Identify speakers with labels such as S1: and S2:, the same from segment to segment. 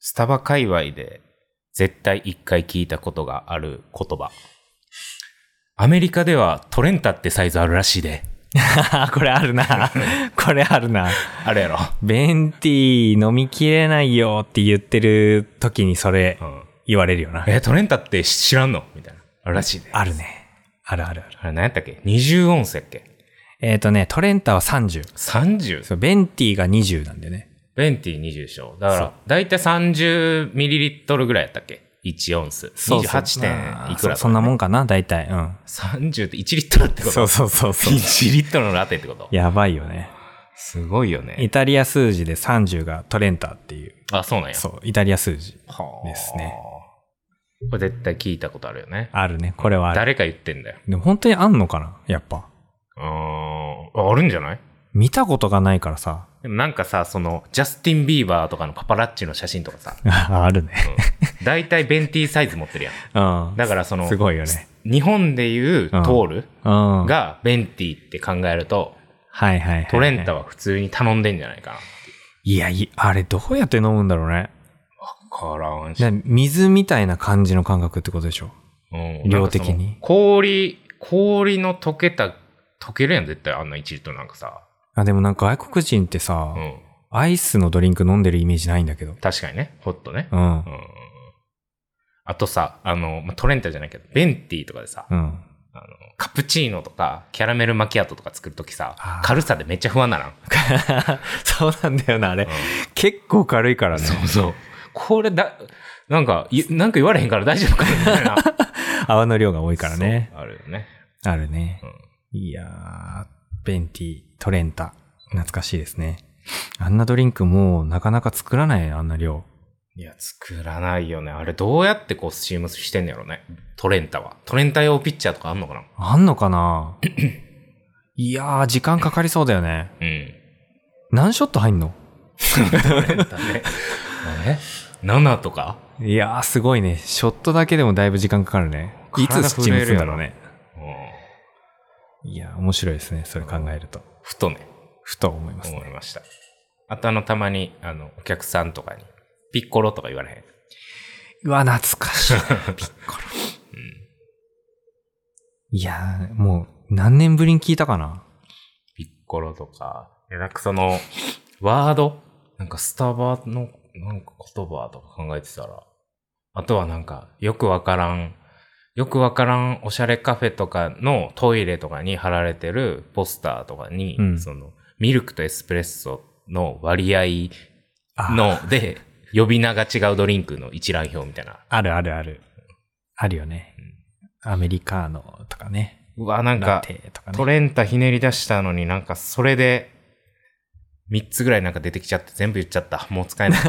S1: スタバ界隈で絶対一回聞いたことがある言葉。アメリカではトレンタってサイズあるらしいで。
S2: これあるな。これあるな。
S1: あれやろ。
S2: ベンティー飲みきれないよって言ってる時にそれ
S1: うん。
S2: 言われるよな。
S1: え、トレンタって知らんのみたいな。あるらしいで。
S2: あるね。あるあるある。
S1: あれ何やったっけ ?20 音声っけ
S2: えっ、とね、トレンタは30。
S1: ?30?
S2: そう、ベンティーが20なんでね。
S1: ベンティ20でしょ。だから、だいたい30ミリリットルぐらいやったっけ ?1 オンス。
S2: そうそう
S1: 28点いく
S2: そ
S1: ら
S2: うそんなもんかな、大体。うん。
S1: ?30 って1リットルってこと
S2: そうそうそうそう。
S1: 1リットルのラテってこと
S2: やばいよね。
S1: すごいよ
S2: イ
S1: ね。
S2: タリア数字で30がトレンタっていう。
S1: あ、そうなんや。
S2: そう、イタリア数字。
S1: はあ
S2: ですね。
S1: これ絶対聞いたことあるよね。
S2: あるね。これはある。
S1: 誰か言ってんだよ。
S2: でも本当にあんのかなやっぱ。
S1: うーん。あるんじゃない
S2: 見たことがないからさ。
S1: でもなんかさ、その、ジャスティン・ビーバーとかのパパラッチの写真と かさ、
S2: ああるね。
S1: だいたいベンティサイズ持ってるやん。
S2: うん。
S1: だからその、
S2: すごいよね。
S1: 日本でいうトール
S2: うん。はい
S1: がベンティって考えると、
S2: はいはい。
S1: トレンタは普通に頼んでんじゃないかな。
S2: いや、いあれどうやって飲むんだろうね。
S1: からんし
S2: な水みたいな感じの感覚ってことでしょ。
S1: うん
S2: 量的に
S1: なんかその氷、氷の溶けた、溶けるやん、絶対あんな1リットルなんかさ。
S2: あ、でもなんか外国人ってさ、
S1: うん。
S2: アイスのドリンク飲んでるイメージないんだけど。
S1: 確かにね、ホットね
S2: う。ん
S1: う。ん。あとさ、あの、まあトレンタじゃないけど、ベンティーとかでさ、
S2: うん。
S1: あのカプチーノとか、キャラメルマキアートとか作るときさ
S2: あ、ー
S1: 軽さでめっちゃ不安ならん。
S2: そうなんだよな、あれ。結構軽いからね。
S1: そうそう。これだ、なんか、いなんか言われへんから大丈夫かなみ たいな。
S2: 泡の量が多いからね。
S1: そう。あるよね。
S2: あるね。いやー、ベンティ、トレンタ。懐かしいですね。あんなドリンクもうなかなか作らない、あんな量。
S1: いや、作らないよね。あれ、どうやってこう、スチームしてんのやろね。トレンタは。トレンタ用ピッチャーとかあんのかな
S2: あんのかないやー、時間かかりそうだよね。
S1: うん。
S2: 何ショット入んの
S1: だね。 え ?7 とか
S2: いやー、すごいね。ショットだけでもだいぶ時間かかるね。いつスチームするんだろうね。
S1: うん。
S2: いやー、面白いですね。それ考えると。
S1: ふとね、
S2: ふと思います。
S1: 思いました。あとあの、たまに、あの、お客さんとかに、ピッコロとか言われへん。
S2: うわ、懐か しい。ピッコロ。いやー、もう、何年ぶりに聞いたかな
S1: ピッコロとか、いやなんかその、ワードなんかスタバの、なんか言葉とか考えてたら、あとはなんか、よくわからん、よくわからんおしゃれカフェとかのトイレとかに貼られてるポスターとかに、
S2: うん
S1: その、ミルクとエスプレッソの割合
S2: あ
S1: ので、呼び名が違うドリンクの一覧表みたいな。
S2: あるあるある。あるよね。アメリカーノとかね。
S1: うわ、なん
S2: ラ
S1: か、
S2: テとか
S1: ト
S2: ね。
S1: レンタひねり出したのになんかそれで3つぐらいなんか出てきちゃって全部言っちゃった。もう使えない。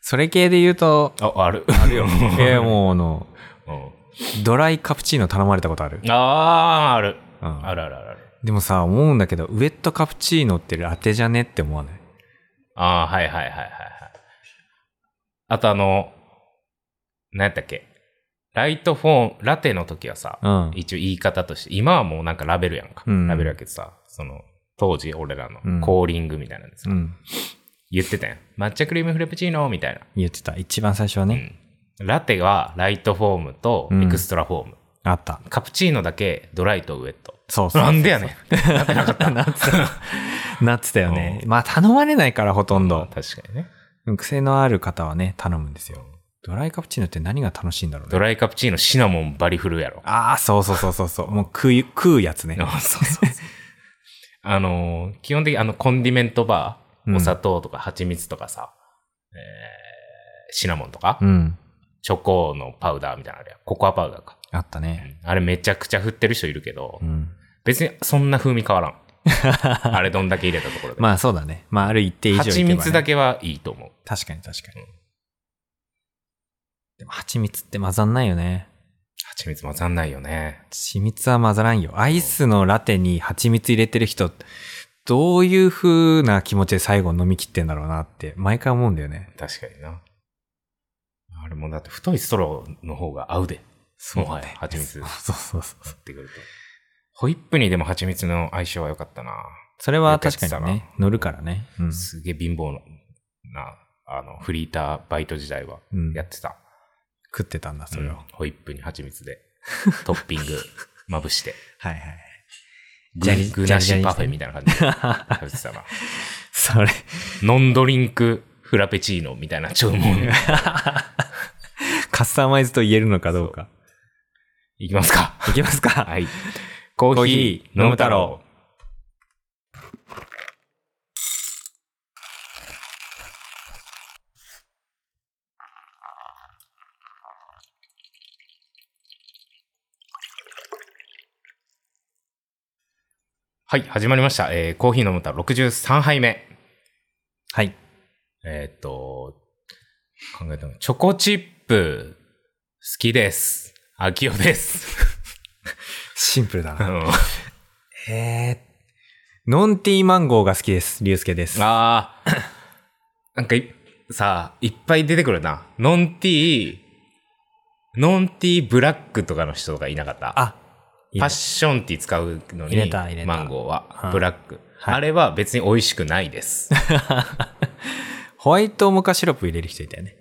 S2: それ系で言うと、
S1: あ、ある。ある よ。
S2: えー、もうあの、
S1: うん
S2: ドライカプチーノ頼まれたことある。
S1: あー、ある。
S2: うん
S1: あるあるあるある。
S2: でもさ、思うんだけど、ウェットカプチーノってラテじゃねって思わない
S1: あー、はいはいはいはいはい。あとあの、何やったっけライトフォーン、ラテの時はさ、
S2: うん
S1: 一応言い方として、今はもうなんかラベルやんか。
S2: うん
S1: ラベルやけどさ、その、当時俺らの
S2: うん
S1: コーリングみたいなんです、
S2: うん。
S1: 言ってたやん。抹茶クリームフレプチーノみたいな。
S2: 言ってた。一番最初は
S1: う
S2: ね、
S1: ん。ラテはライトフォームとエクストラフォーム。
S2: あった。
S1: カプチーノだけドライとウエット。
S2: そうそう。
S1: なんで やねん。
S2: なってたよね。まあ、頼まれないからほとんど。
S1: 確かにね。
S2: 癖のある方はね、頼むんですよ。ドライカプチーノって何が楽しいんだろう
S1: ド
S2: ね。
S1: ライカプチーノシナモンバリフルやろ。
S2: ああ、そうそうそうそうそう。もう食う、食うやつね。
S1: そうそうそう。 あのー基本的にあの、コンディメントバ
S2: うん
S1: ー、お砂糖とか蜂蜜とかさ、えーシナモンとか、
S2: うん。
S1: チョコのパウダーみたいなのあれやココアパウダーか。
S2: あったね。
S1: あれめちゃくちゃ振ってる人いるけど、
S2: うん。
S1: 別にそんな風味変わらん。あれどんだけ入れたところで。
S2: まあ、そうだね。まあ、ある一定以上いけば、
S1: 蜂
S2: ね。
S1: 蜜だけはいいと思う。
S2: 確かに確かに。でも、蜂蜜って混ざんないよね。
S1: 蜂蜜混ざんないよね。
S2: 蜂蜜は混ざらんよ。アイスのラテに蜂蜜入れてる人、どういう風な気持ちで最後飲み切ってんだろうなって、毎回思うんだよね。
S1: 確かにな。あれもだって太いストローの方が合うで。そうはや蜂蜜
S2: そう
S1: 吸
S2: そうそうそう。
S1: ってくると。ホイップにでも蜂蜜の相性は良かったな。
S2: それは確かにね、乗るからね。うん。
S1: すげえ貧乏なな、あの、フリーターバイト時代は
S2: うん
S1: やってた。
S2: 食ってたんだ、それを。
S1: うんホイップに蜂蜜で、トッピング、まぶして、
S2: はいはい。
S1: グ
S2: ジャリ
S1: 具な
S2: ジャ
S1: し
S2: リジャリ
S1: パフェみたいな感じで食べてたな。
S2: それ、
S1: ノンドリンクフラペチーノみたいな注文。
S2: カスタマイズと言えるのかどうか。
S1: いきますか。
S2: いけますか
S1: はい。コー
S2: ー
S1: ヒ
S2: ヒ
S1: ー
S2: ー
S1: 飲
S2: 飲
S1: む
S2: む
S1: 太
S2: 太
S1: 郎
S2: 郎。
S1: はい、始まりました。えーコーヒー飲む太郎63杯目。
S2: はい。
S1: えーっと、考えたの。チョコチップ、好きです。あきおです。
S2: シンプルだ
S1: あ
S2: な。
S1: の
S2: えー、ノンティーマンゴーが好きです。りゅうすけです。
S1: ああ、 なんかい、さあ、いっぱい出てくるな。ノンティー、ノンティーブラックとかの人がいなかった。
S2: あ、いいね
S1: パッションティー使うのに、
S2: 入れた入れた
S1: マンゴーは
S2: は、い
S1: ブラック。
S2: はい
S1: あれは別に美味しくない です。
S2: ホワイトモカシロップ入れる人いたよね。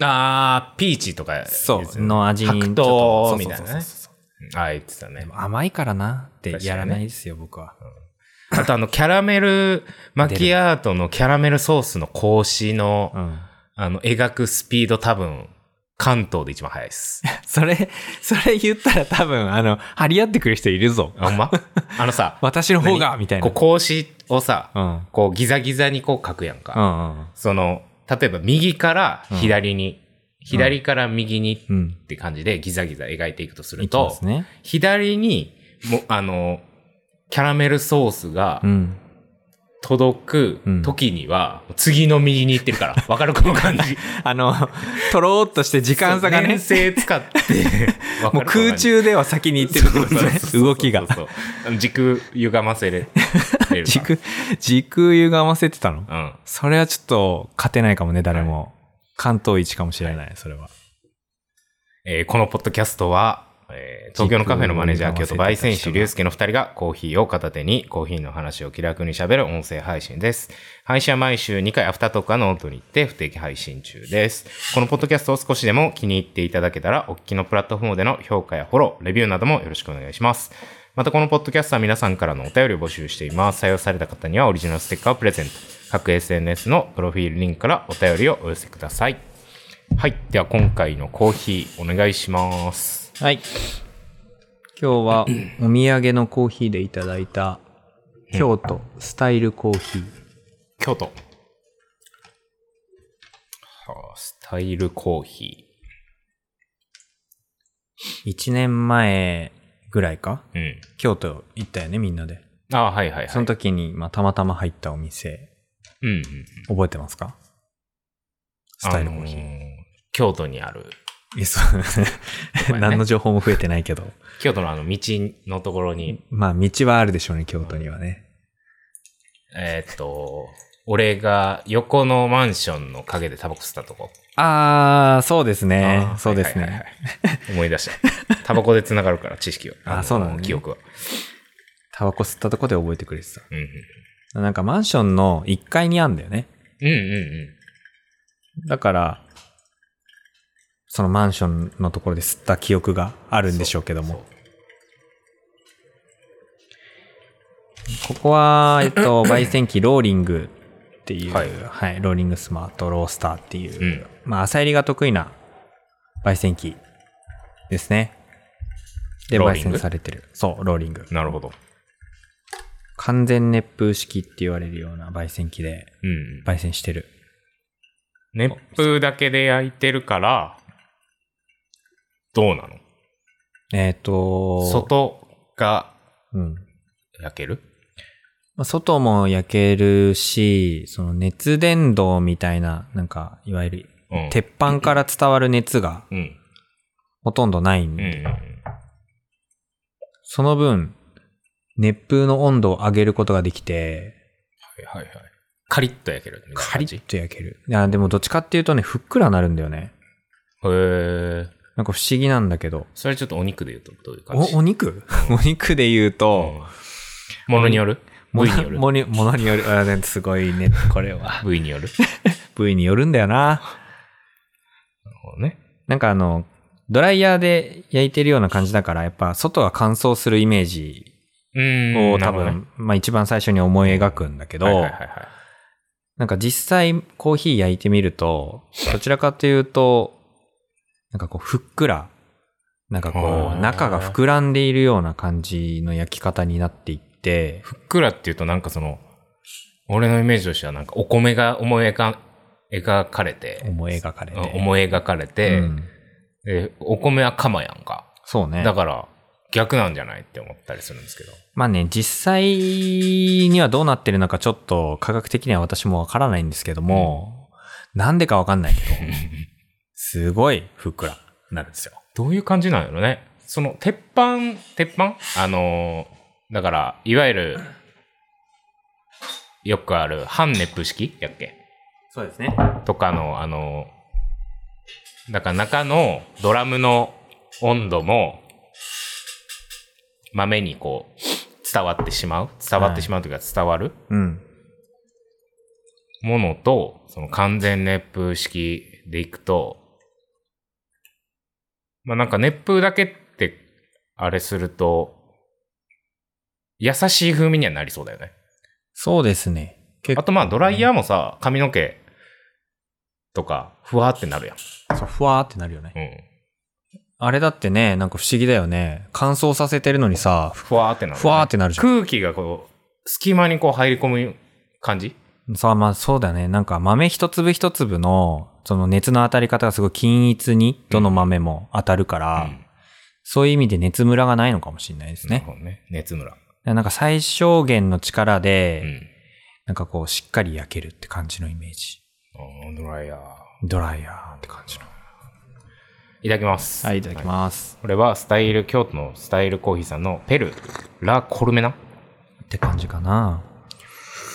S1: あー、ピーチとか、
S2: そう。の味にちょっ
S1: 白
S2: と。
S1: 桃みたいな
S2: そうそうそう
S1: ね
S2: そう。
S1: あー言ってたね
S2: で。も甘いからなってやらないですよ、僕は。
S1: あとあの、キャラメル、マキアートのキャラメルソースの格子の
S2: う、ん。
S1: あの、描くスピード多分、関東で一番早いです。
S2: それ、それ言ったら多分、あの、張り合ってくる人いるぞ。
S1: あ、ほんま あのさ、
S2: 私の方が
S1: 何
S2: みたいな。
S1: こう、格子をさ、
S2: うん。
S1: こう、ギザギザにこう書くやんか。
S2: うんうん
S1: その、例えば右から左に、左から右に
S2: うん。うん。
S1: って感じでギザギザ描いていくとする
S2: いきま
S1: と、
S2: すね。
S1: 左に、もあの、キャラメルソースが
S2: うん。
S1: 届
S2: う
S1: く
S2: ん
S1: 時には、次の右に行ってる から、わかるこの感じ。
S2: あの、とろーっとして時間差がね
S1: 粘、性使 って、わか
S2: も
S1: るこの
S2: う空
S1: 感じ
S2: 中では先に行ってるってことね
S1: そうそうそう。そう
S2: 動きが。
S1: そうそう軸歪ませれれる
S2: 軸、軸歪ませてたの
S1: うん。
S2: それはちょっと勝てないかもね、誰も。関東一かもしれない、それは。
S1: えーこのポッドキャストは、えー東京のカフェのマネージャー、京都焙煎師、龍介の二人がコーヒーを片手にコーヒーの話を気楽に喋る音声配信です。配信は毎週2回アフタートークはノートに行って不定期配信中です。このポッドキャストを少しでも気に入っていただけたら、お聞きのプラットフォームでの評価やフォロー、レビューなどもよろしくお願いします。またこのポッドキャストは皆さんからのお便りを募集しています。採用された方にはオリジナルステッカーをプレゼント。各 SNS のプロフィールリンクからお便りをお寄せください。はい。では、今回のコーヒー、お願いします。
S2: はい。今日はお土産のコーヒーでいただいた京都スタイルコーヒー。
S1: 京都。はあ、スタイルコーヒ
S2: 1年前ぐらいか
S1: ー。うん。
S2: 京都行ったよね、みんなで。
S1: あはいはいはい。
S2: その時に、まあ、たまたま入ったお店、
S1: うんうんうん。
S2: 覚えてますかスタイルコーヒー。
S1: あの京都にある、
S2: え、そう、
S1: ね
S2: 何の情報も増えてないけど。
S1: 京都のあの道のところに、
S2: まあ、道はあるでしょうね、京都にはね。
S1: えーっと、俺が横のマンションの陰でタバコ吸ったとこ。
S2: あー、そうですね
S1: あ。ー
S2: そうです
S1: はいはい
S2: ね。
S1: はいはい思い出した。 タバコで繋がるから、知識は。
S2: あー
S1: の
S2: そうなのね
S1: 記憶は。
S2: タバコ吸ったとこで覚えてくれて
S1: うんうん。
S2: た。なんかマンションの1階にあんだよね。
S1: うんうん
S2: だから、そのマンションのところで吸った記憶があるんでしょうけど
S1: うん。そ
S2: も
S1: う。。
S2: ここは、えっ と、焙煎機ローリングっていう、
S1: は
S2: はいい、ローリングスマートロースターっていう、
S1: うん
S2: まあ、朝入りが得意な焙煎機ですね。で、
S1: ロー
S2: 焙
S1: リング
S2: 煎されてる。そう、ローリング。
S1: なるほど。
S2: 完全熱風式って言われるような焙煎機で
S1: うんうん。
S2: 焙煎してる。
S1: 熱風だけで焼いてるから、どうなの
S2: えっ、と、、
S1: 外が
S2: うん。
S1: 焼ける
S2: まあ外も焼けるし、その熱伝導みたいな、なんか、いわゆる、
S1: うん
S2: 鉄板から伝わる熱が
S1: うん。
S2: ほとんどないん
S1: うん
S2: で、
S1: うん
S2: その分、熱風の温度を上げることができて、
S1: はいはいはい。カリッと焼けるみたいな
S2: カ
S1: 感
S2: リ
S1: じ。
S2: ッと焼ける。いや、でもどっちかっていうとね、ふっくらなるんだよね。
S1: へえ。
S2: なんか不思議なんだけど。
S1: それちょっとお肉で言うとどういう感じ
S2: お、お肉お肉で言うと、
S1: ものによる部位による
S2: ものものによる。あでもすごいね、これは。
S1: 部位による。
S2: 部位によるんだよな。
S1: なるほどね。
S2: なんかあの、ドライヤーで焼いてるような感じだから、やっぱ外は乾燥するイメージ
S1: うー
S2: を
S1: ん。
S2: 多
S1: なる
S2: 分、まあ一番最初に思い描くんだけ
S1: ほどね。はいはい
S2: ど
S1: は、いはい。
S2: なんか実際コーヒー焼いてみると、どちらかというと、なんかこうふっくら、なんかこ
S1: あー
S2: う中が膨らんでいるような感じの焼き方になっていって、
S1: ふっくらっていうとなんかその、俺のイメージとしてはなんかお米が思い描か描かれて、
S2: 思い描かれて。
S1: うん思い描かれて、
S2: うん
S1: でお米は釜やんか。
S2: そうね。
S1: だから逆なんじゃないって思ったりするんですけど。
S2: まあね、実際にはどうなってるのかちょっと科学的には私もわからないんですけども、なんでかわかんない けど、すごいふっくらなるんですよ。
S1: どういう感じなんやろね。その、鉄板、鉄板あのーだから、いわゆる、よくある、半熱風式やっけ
S2: そうですね。
S1: とかの、あのーだから中のドラムの温度も、豆にこう、伝わってしまう伝わってしまうというか伝わる
S2: うん。
S1: ものと、その完全熱風式でいくと、まあなんか熱風だけって、あれすると、優しい風味にはなりそうだよね。
S2: そうですね。結
S1: あとまあドライヤーもさ、髪の毛とか、ふわーってなるやん。
S2: そうふわーってなるよね。
S1: うん。
S2: あれだってね、なんか不思議だよね。乾燥させてるのにさ、ふ
S1: ふわーってなる、
S2: ふわーってなるじゃ
S1: 空気がこう、隙間にこう入り込む感じ
S2: ん。さあまあそうだね。なんか豆一粒一粒の、その熱の当たり方がすごい均一に、どの豆も当たるから、
S1: うん
S2: そういう意味で熱ムラがないのかもしれないです
S1: なる
S2: ね。
S1: ほどね。熱ムラ。
S2: なんか最小限の力で、
S1: うん。
S2: なんかこうしっかり焼けるって感じのイメージ。
S1: あードライヤー。
S2: ドライヤーって感じの。
S1: いただきます。
S2: はい、いただきます。
S1: これはスタイル、京都のスタイルコーヒーさんのペル、ラ・コルメナ
S2: って感じかな。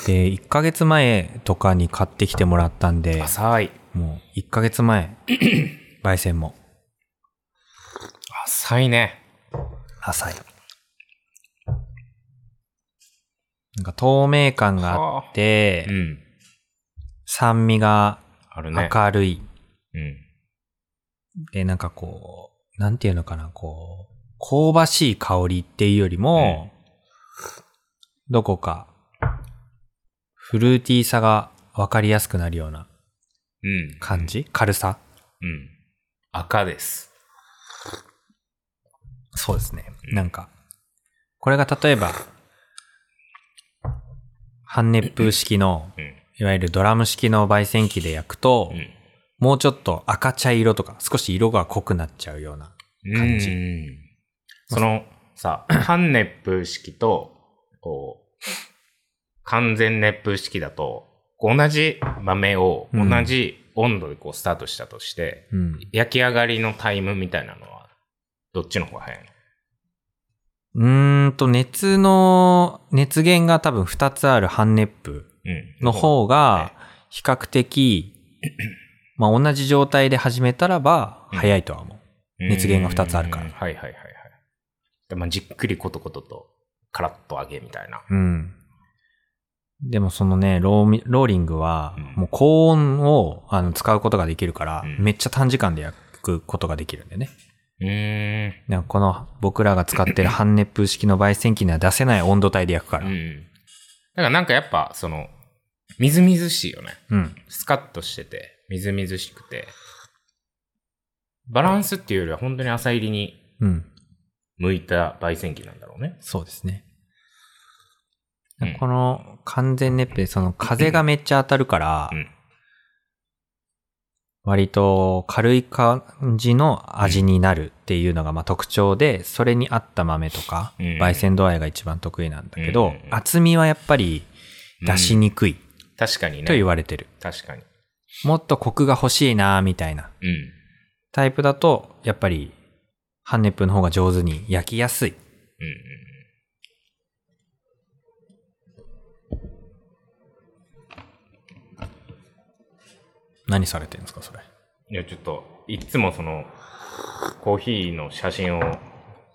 S2: で、1ヶ月前とかに買ってきてもらったんで、
S1: 浅い。
S2: もう1ヶ月前、 焙煎も
S1: 浅いね。
S2: 浅い。なんか透明感があって、
S1: うん。
S2: 酸味が
S1: あるね。
S2: 明るい。
S1: うん。
S2: で、なんかこう、なんていうのかな、こう、香ばしい香りっていうよりも、どこか、フルーティーさが分かりやすくなるような
S1: うん。
S2: 感じ、軽さ
S1: うん。赤です。
S2: そうですね。なんか、これが例えば、半熱風式の、
S1: うん。
S2: いわゆるドラム式の焙煎機で焼くと、
S1: うん
S2: もうちょっと赤茶色とか、少し色が濃くなっちゃうような。感じ
S1: うんそのさ、半熱風式と、こう、完全熱風式だと、こう同じ豆を
S2: うん
S1: 同じ温度でこうスタートしたとして、
S2: うん。
S1: 焼き上がりのタイムみたいなのは、どっちの方が早いの
S2: うーんと、熱の、熱源が多分2つある半熱風
S1: うん。
S2: の方が、比 較的、まあ同じ状態で始めたらば、
S1: うん
S2: 早いとは思う。熱源が二つあるから
S1: うんはいはいはいはい。でまあ、じっくりコトコトと、カラッと揚げみたいな。
S2: うん。でもそのね、ローミローリングは
S1: うん、
S2: もう高温をあの使うことができるから、
S1: うん
S2: めっちゃ短時間で焼くことができるんだよね。
S1: うーん。
S2: なんかこの僕らが使ってる半熱風式の焙煎機には出せない温度帯で焼くから。
S1: う。ん。だからなんかやっぱ、その、みずみずしいよね。
S2: うん。
S1: スカッとしてて、みずみずしくて。バランスっていうよりは本当に浅入りに
S2: うん。
S1: 向いた焙煎機なんだろうね。
S2: そうですね。
S1: うん
S2: この完全熱風、その風がめっちゃ当たるから、
S1: うん
S2: 割と軽い感じの味になるっていうのがまあ特徴で、それに合った豆とか、
S1: うん
S2: 焙煎度合いが一番得意なんだけ
S1: う
S2: ど
S1: ん、
S2: 厚みはやっぱり出しにくい
S1: 確かにね。
S2: と言われてる。
S1: 確かに。
S2: もっとコクが欲しいなーみたいな
S1: うん。
S2: タイプだと、やっぱり半熱風の方が上手に焼きやすい。
S1: うん
S2: 何されてるんですか、それ。
S1: いや、ちょっと、いつもその、コーヒーの写真を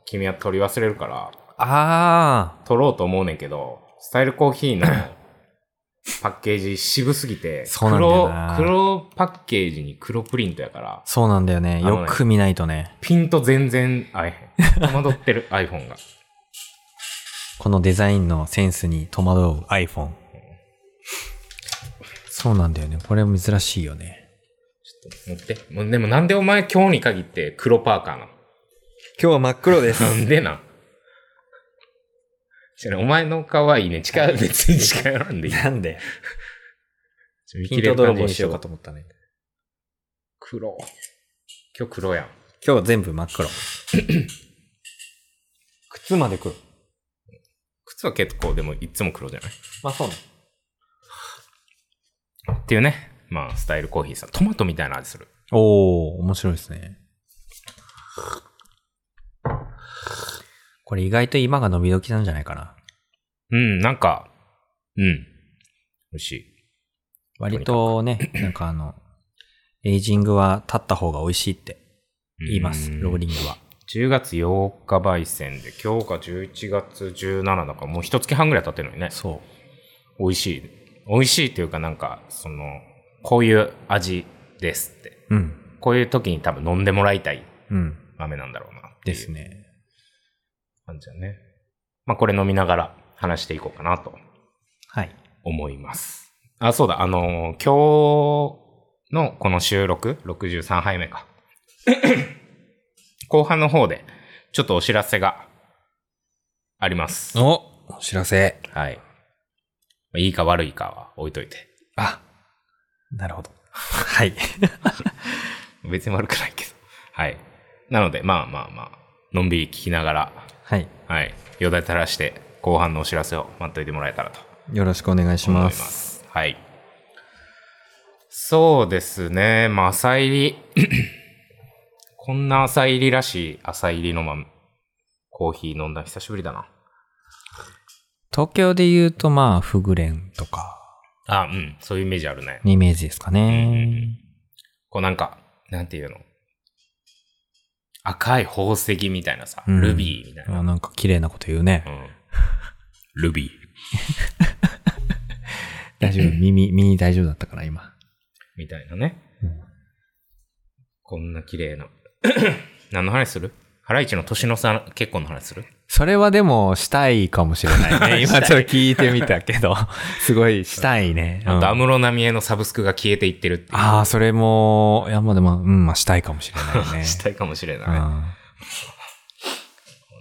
S1: 君は撮り忘れるから、
S2: あー。
S1: 撮ろうと思うねんけど、スタイルコーヒ ーのパッケージ渋すぎて、
S2: そうなんだよ
S1: 黒
S2: な、
S1: 黒パッケージに黒プリントやから、
S2: そうなんだよね。
S1: あのね
S2: よく見ないとね。
S1: ピント全然合えへん。戸惑ってる iPhone が。
S2: このデザインのセンスに戸惑う iPhone。そうなんだよね。これ珍しいよね。
S1: 持って。もうでもなんでお前今日に限って黒パーカーなの
S2: 今日は真っ黒で
S1: なんでなんちなみにお前の顔はいいね。近 い、別に近寄らんでいい。
S2: なん で
S1: 見
S2: ヒント泥棒にしようかと思ったね。
S1: 黒。今日黒やん。
S2: 今日は全部真っ黒。 靴まで黒。
S1: 靴は結構でもいつも黒じゃない
S2: まあそうね。
S1: っていうね。まあ、スタイルコーヒーさん。トマトみたいな味する。
S2: おー、面白いですね。これ意外と今が伸び時なんじゃないかな。
S1: うん、なんか、うん。美味しい。
S2: 割とね、なんかあの、エイジングは立った方が美味しいって言います、
S1: うん
S2: ローリングは。
S1: 10月8日焙煎で、今日が11月17だから、もう一月半ぐらい経ってるのにね。
S2: そう。
S1: 美味しい。美味しいっていうかなんか、その、こういう味ですって。
S2: うん。
S1: こういう時に多分飲んでもらいたい
S2: うん。
S1: 豆なんだろうな。
S2: です
S1: ね。
S2: ね。
S1: 感じだね。まあこれ飲みながら話していこうかなと
S2: はい。
S1: 思います。あ、そうだ、あのー今日のこの収録、63杯目か。 後半の方で、ちょっとお知らせがあります。
S2: おお知らせ。
S1: はい。まあいいか悪いかは置いといて。
S2: あ、なるほど。 はい。
S1: 別に悪くないけど。はい。なので、まあまあまあ、のんびり聞きながら、
S2: はい。
S1: はい。よだれ垂らして、後半のお知らせを待っといてもらえたらと
S2: よろしくお願いし
S1: 思いま
S2: ます
S1: す。。はい。そうですね。まあ、朝入り。 こんな朝入りらしい朝入りのま、コーヒー飲んだの久しぶりだな。
S2: 東京で言うとまあ、フグレンとか、
S1: あ、うん。そういうイメージあるね。
S2: イメージですかね。
S1: こうなんか、なんていうの赤い宝石みたいなさ、
S2: うん
S1: ルビーみたい な。
S2: あなんか綺麗なこと言うね
S1: う。ん。ルビー。
S2: 大丈夫。 耳、耳大丈夫だったから今。
S1: みたいなね。
S2: うん
S1: こんな綺麗な。 何の話するハライチの年の差結婚の話する
S2: それはでも、したいかもしれない ね。今ちょっと聞いてみたけど、すごい、したいね。
S1: あと、安
S2: うん
S1: 室奈美恵のサブスクが消えていってるっていう。
S2: あー、それも、いや、まあでも、うん、まあ、したいかもしれない ね。
S1: したいかもしれ
S2: う
S1: なん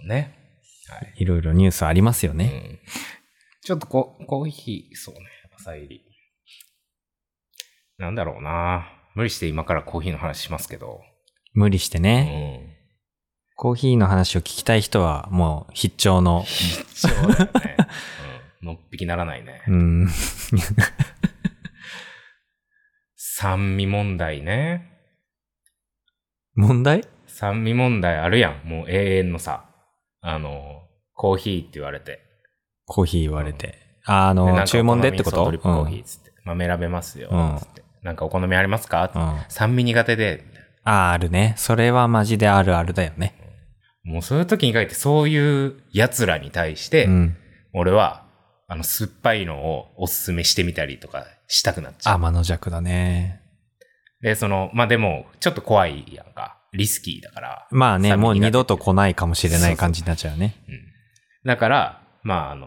S1: い。ね。
S2: いろいろニュースありますよ
S1: う
S2: ね。
S1: ん。ちょっとこ、コーヒー、そうね。朝入り。なんだろうな無理して今からコーヒーの話しますけど。
S2: 無理して
S1: う
S2: ね。
S1: ん。
S2: コーヒーの話を聞きたい人は、もう、必聴の、
S1: そうだよね。うん。のっぴきならないね。
S2: うん。
S1: 酸味問題ね。
S2: 問題
S1: 酸味問題あるやん。もう永遠のさ、あの、コーヒーって言われて。
S2: コーヒー言われて。ああ
S1: でなん
S2: の、
S1: か
S2: 注文でってこ
S1: お
S2: と
S1: 好
S2: う
S1: みソードリップコーヒー
S2: ん
S1: っつって。豆選べますよ。
S2: うん
S1: つって。なんかお好みありますか、
S2: うん。あ
S1: 酸味苦手で。
S2: あ、あるね。それはマジであるあるだよね。
S1: もうそういう時に限ってそういう奴らに対して、
S2: うん。
S1: 俺は、あの、酸っぱいのをおすすめしてみたりとかしたくなっちゃう。
S2: 天の弱だね。
S1: で、その、まあ、でも、ちょっと怖いやんか。リスキーだから。
S2: まあね、
S1: 寒い
S2: もう
S1: 日が
S2: 二度と来ないかもしれない感じになっちゃうね。
S1: だから、まあ、あの、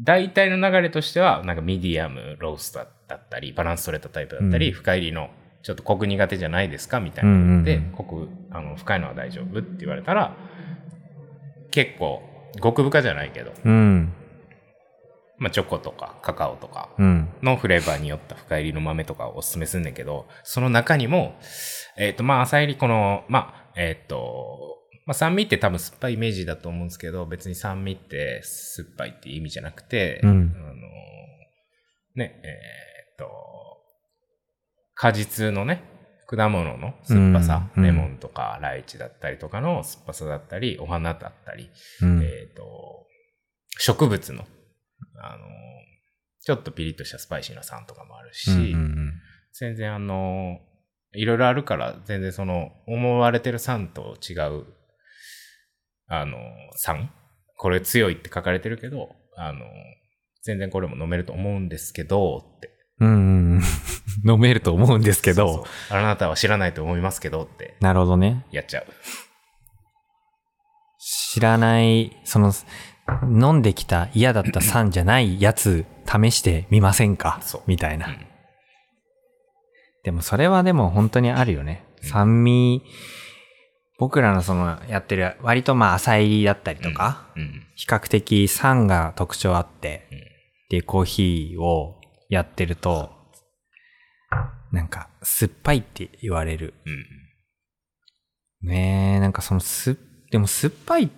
S1: 大体の流れとしては、なんかミディアムローストだったり、バランス取れたタイプだったり、
S2: うん
S1: 深入りの、ちょっとコク苦手じゃないですかみたいな。
S2: うんうんうん
S1: で、コク、あの、深いのは大丈夫って言われたら、結構、極深じゃないけど、
S2: うん。
S1: まあ、チョコとかカカオとか
S2: うん。
S1: のフレーバーによった深入りの豆とかをおすすめするんだけど、その中にも、えっ、と、まあ、浅入りこの、まあ、えっ、と、まあ、酸味って多分酸っぱいイメージだと思うんですけど、別に酸味って酸っぱいっていう意味じゃなくて、
S2: うん
S1: あの、ね、えっ、と、果実のね、果物の酸っぱさ、
S2: うんうん
S1: レモンとかライチだったりとかの酸っぱさだったり、お花だったり、
S2: うん
S1: えっ、と、植物の、あの、ちょっとピリッとしたスパイシーな酸とかもあるし、
S2: うんうん
S1: 全然あの、いろいろあるから、全然その、思われてる酸と違う、あの、酸これ強いって書かれてるけど、あの、全然これも飲めると思うんですけど、って。
S2: うんうんうん。 飲めると思うんですけど。
S1: そうそうあなたは知らないと思いますけど、って、
S2: なるほどね。
S1: やっちゃう。
S2: 知らない、その、飲んできた嫌だった酸じゃないやつ試してみませんか
S1: そう
S2: みたいな、
S1: うん
S2: でもそれはでも本当にあるよね。
S1: うん
S2: 酸味、僕らのそのやってる割とまあ浅入りだったりとか、
S1: うん。
S2: 比較的酸が特徴あって、
S1: うん
S2: で、コーヒーをやってると、なんか酸っぱいって言われる。
S1: うん。
S2: ねえ、なんかそのすっ、でも酸っぱい、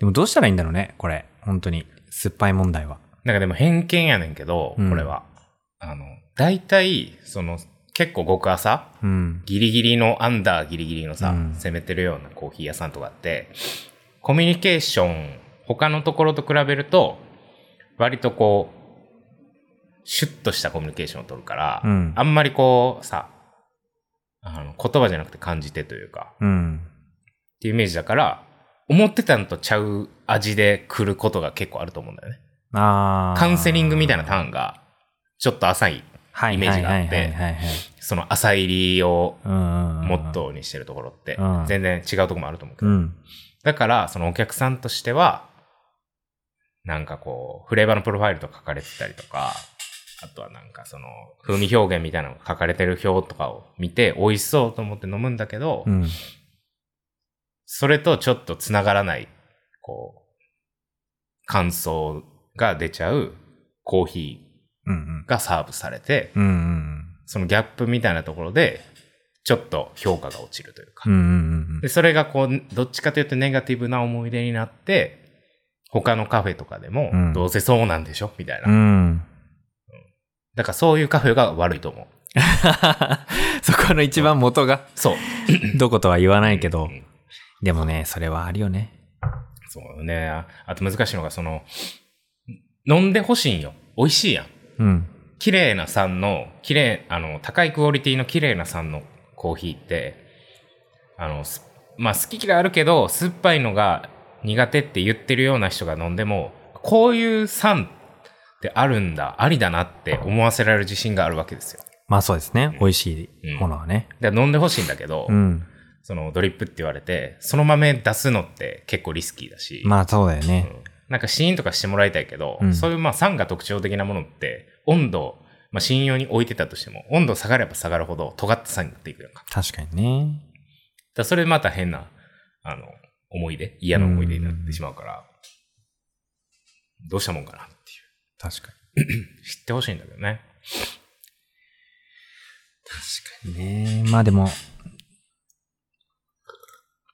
S2: でもどうしたらいいんだろうね、これ。本当に。酸っぱい問題は。
S1: なんかでも偏見やねんけど、
S2: うん
S1: これは。あの、大体、その、結構極浅
S2: うん。
S1: ギリギリのアンダーギリギリのさ、
S2: うん
S1: 攻めてるようなコーヒー屋さんとかって、コミュニケーション、他のところと比べると、割とこう、シュッとしたコミュニケーションを取るから、
S2: うん
S1: あんまりこうさ、あの、言葉じゃなくて感じてというか、
S2: うん。
S1: っていうイメージだから、思ってたのとちゃう味で来ることが結構あると思うんだよね。
S2: ああ。
S1: カウンセリングみたいなタ
S2: イ
S1: ーンが、ちょっと浅い、イメージがあって
S2: はいはいはいはい、
S1: その浅入りを
S2: うんうんうん。
S1: モットーにしてるところって
S2: うん、
S1: 全然違うところもあると思うけ
S2: う
S1: ど、
S2: ん。
S1: だから、そのお客さんとしては、なんかこう、フレーバーのプロファイルとか書かれてたりとか、あとはなんかその、風味表現みたいなのが書かれてる表とかを見て、美味しそうと思って飲むんだけど、
S2: うん。
S1: それとちょっと繋がらない、こう、感想が出ちゃうコーヒ
S2: うんうん
S1: ー。がサーブされて、
S2: うんうん
S1: そのギャップみたいなところで、ちょっと評価が落ちるというか
S2: うん。う。んうん
S1: で、それがこう、どっちかというとネガティブな思い出になって、他のカフェとかでも
S2: う、ん
S1: どうせそうなんでしょみたいな。
S2: うん。うん。
S1: だからそういうカフェが悪いと思う。
S2: そこの一番元が、
S1: そう。
S2: どことは言わないけど
S1: うん、
S2: でもね、それはあるよね。
S1: そうね。ああと難しいのが、その、飲んでほしいんよ。美味しいやん。
S2: うん。
S1: 綺麗な酸の、綺麗、あの、高いクオリティの綺麗な酸のコーヒーって、あの、すまあ好き嫌いあるけど、酸っぱいのが苦手って言ってるような人が飲んでも、こういう酸ってあるんだ、ありだなって思わせられる自信があるわけですよ。
S2: まあそうですね。美味しいものはね。
S1: で飲んでほしいんだけど、
S2: うん。
S1: そのドリップって言われて、その豆出すのって結構リスキーだし、
S2: まあそうだよね。
S1: なんかシーンとかしてもらいたいけど、
S2: うん
S1: そういうまあ酸が特徴的なものって、温度、まあ、信用に置いてたとしても、温度下がれば下がるほど尖った酸になっていくやんか。だか
S2: 確かにね。
S1: らそれまた変な、あの、思い出、嫌な思い出になってしまうから、どうしたもんかなってい
S2: 確か
S1: う。知ってほしいんだけどね。
S2: に。確かにね。まあでも、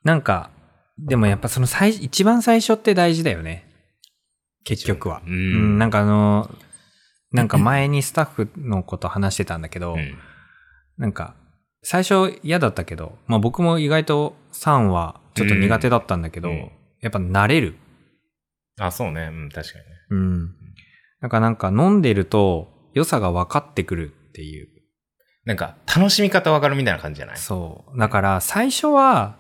S2: なんか、でもやっぱその最、一番最初って大事だよね。結局は。
S1: うん
S2: うんなんかあの、なんか前にスタッフのこと話してたんだけど、
S1: うん。
S2: なんか、最初嫌だったけど、まあ僕も意外と3はちょっと苦手だったんだけど、
S1: うんうん
S2: やっぱ慣れる。
S1: あ、そうね。うん、確かにね。
S2: うん。なんかなんか飲んでると良さが分かってくるっていう。
S1: なんか、楽しみ方わかるみたいな感じじゃない
S2: そう。だから最初は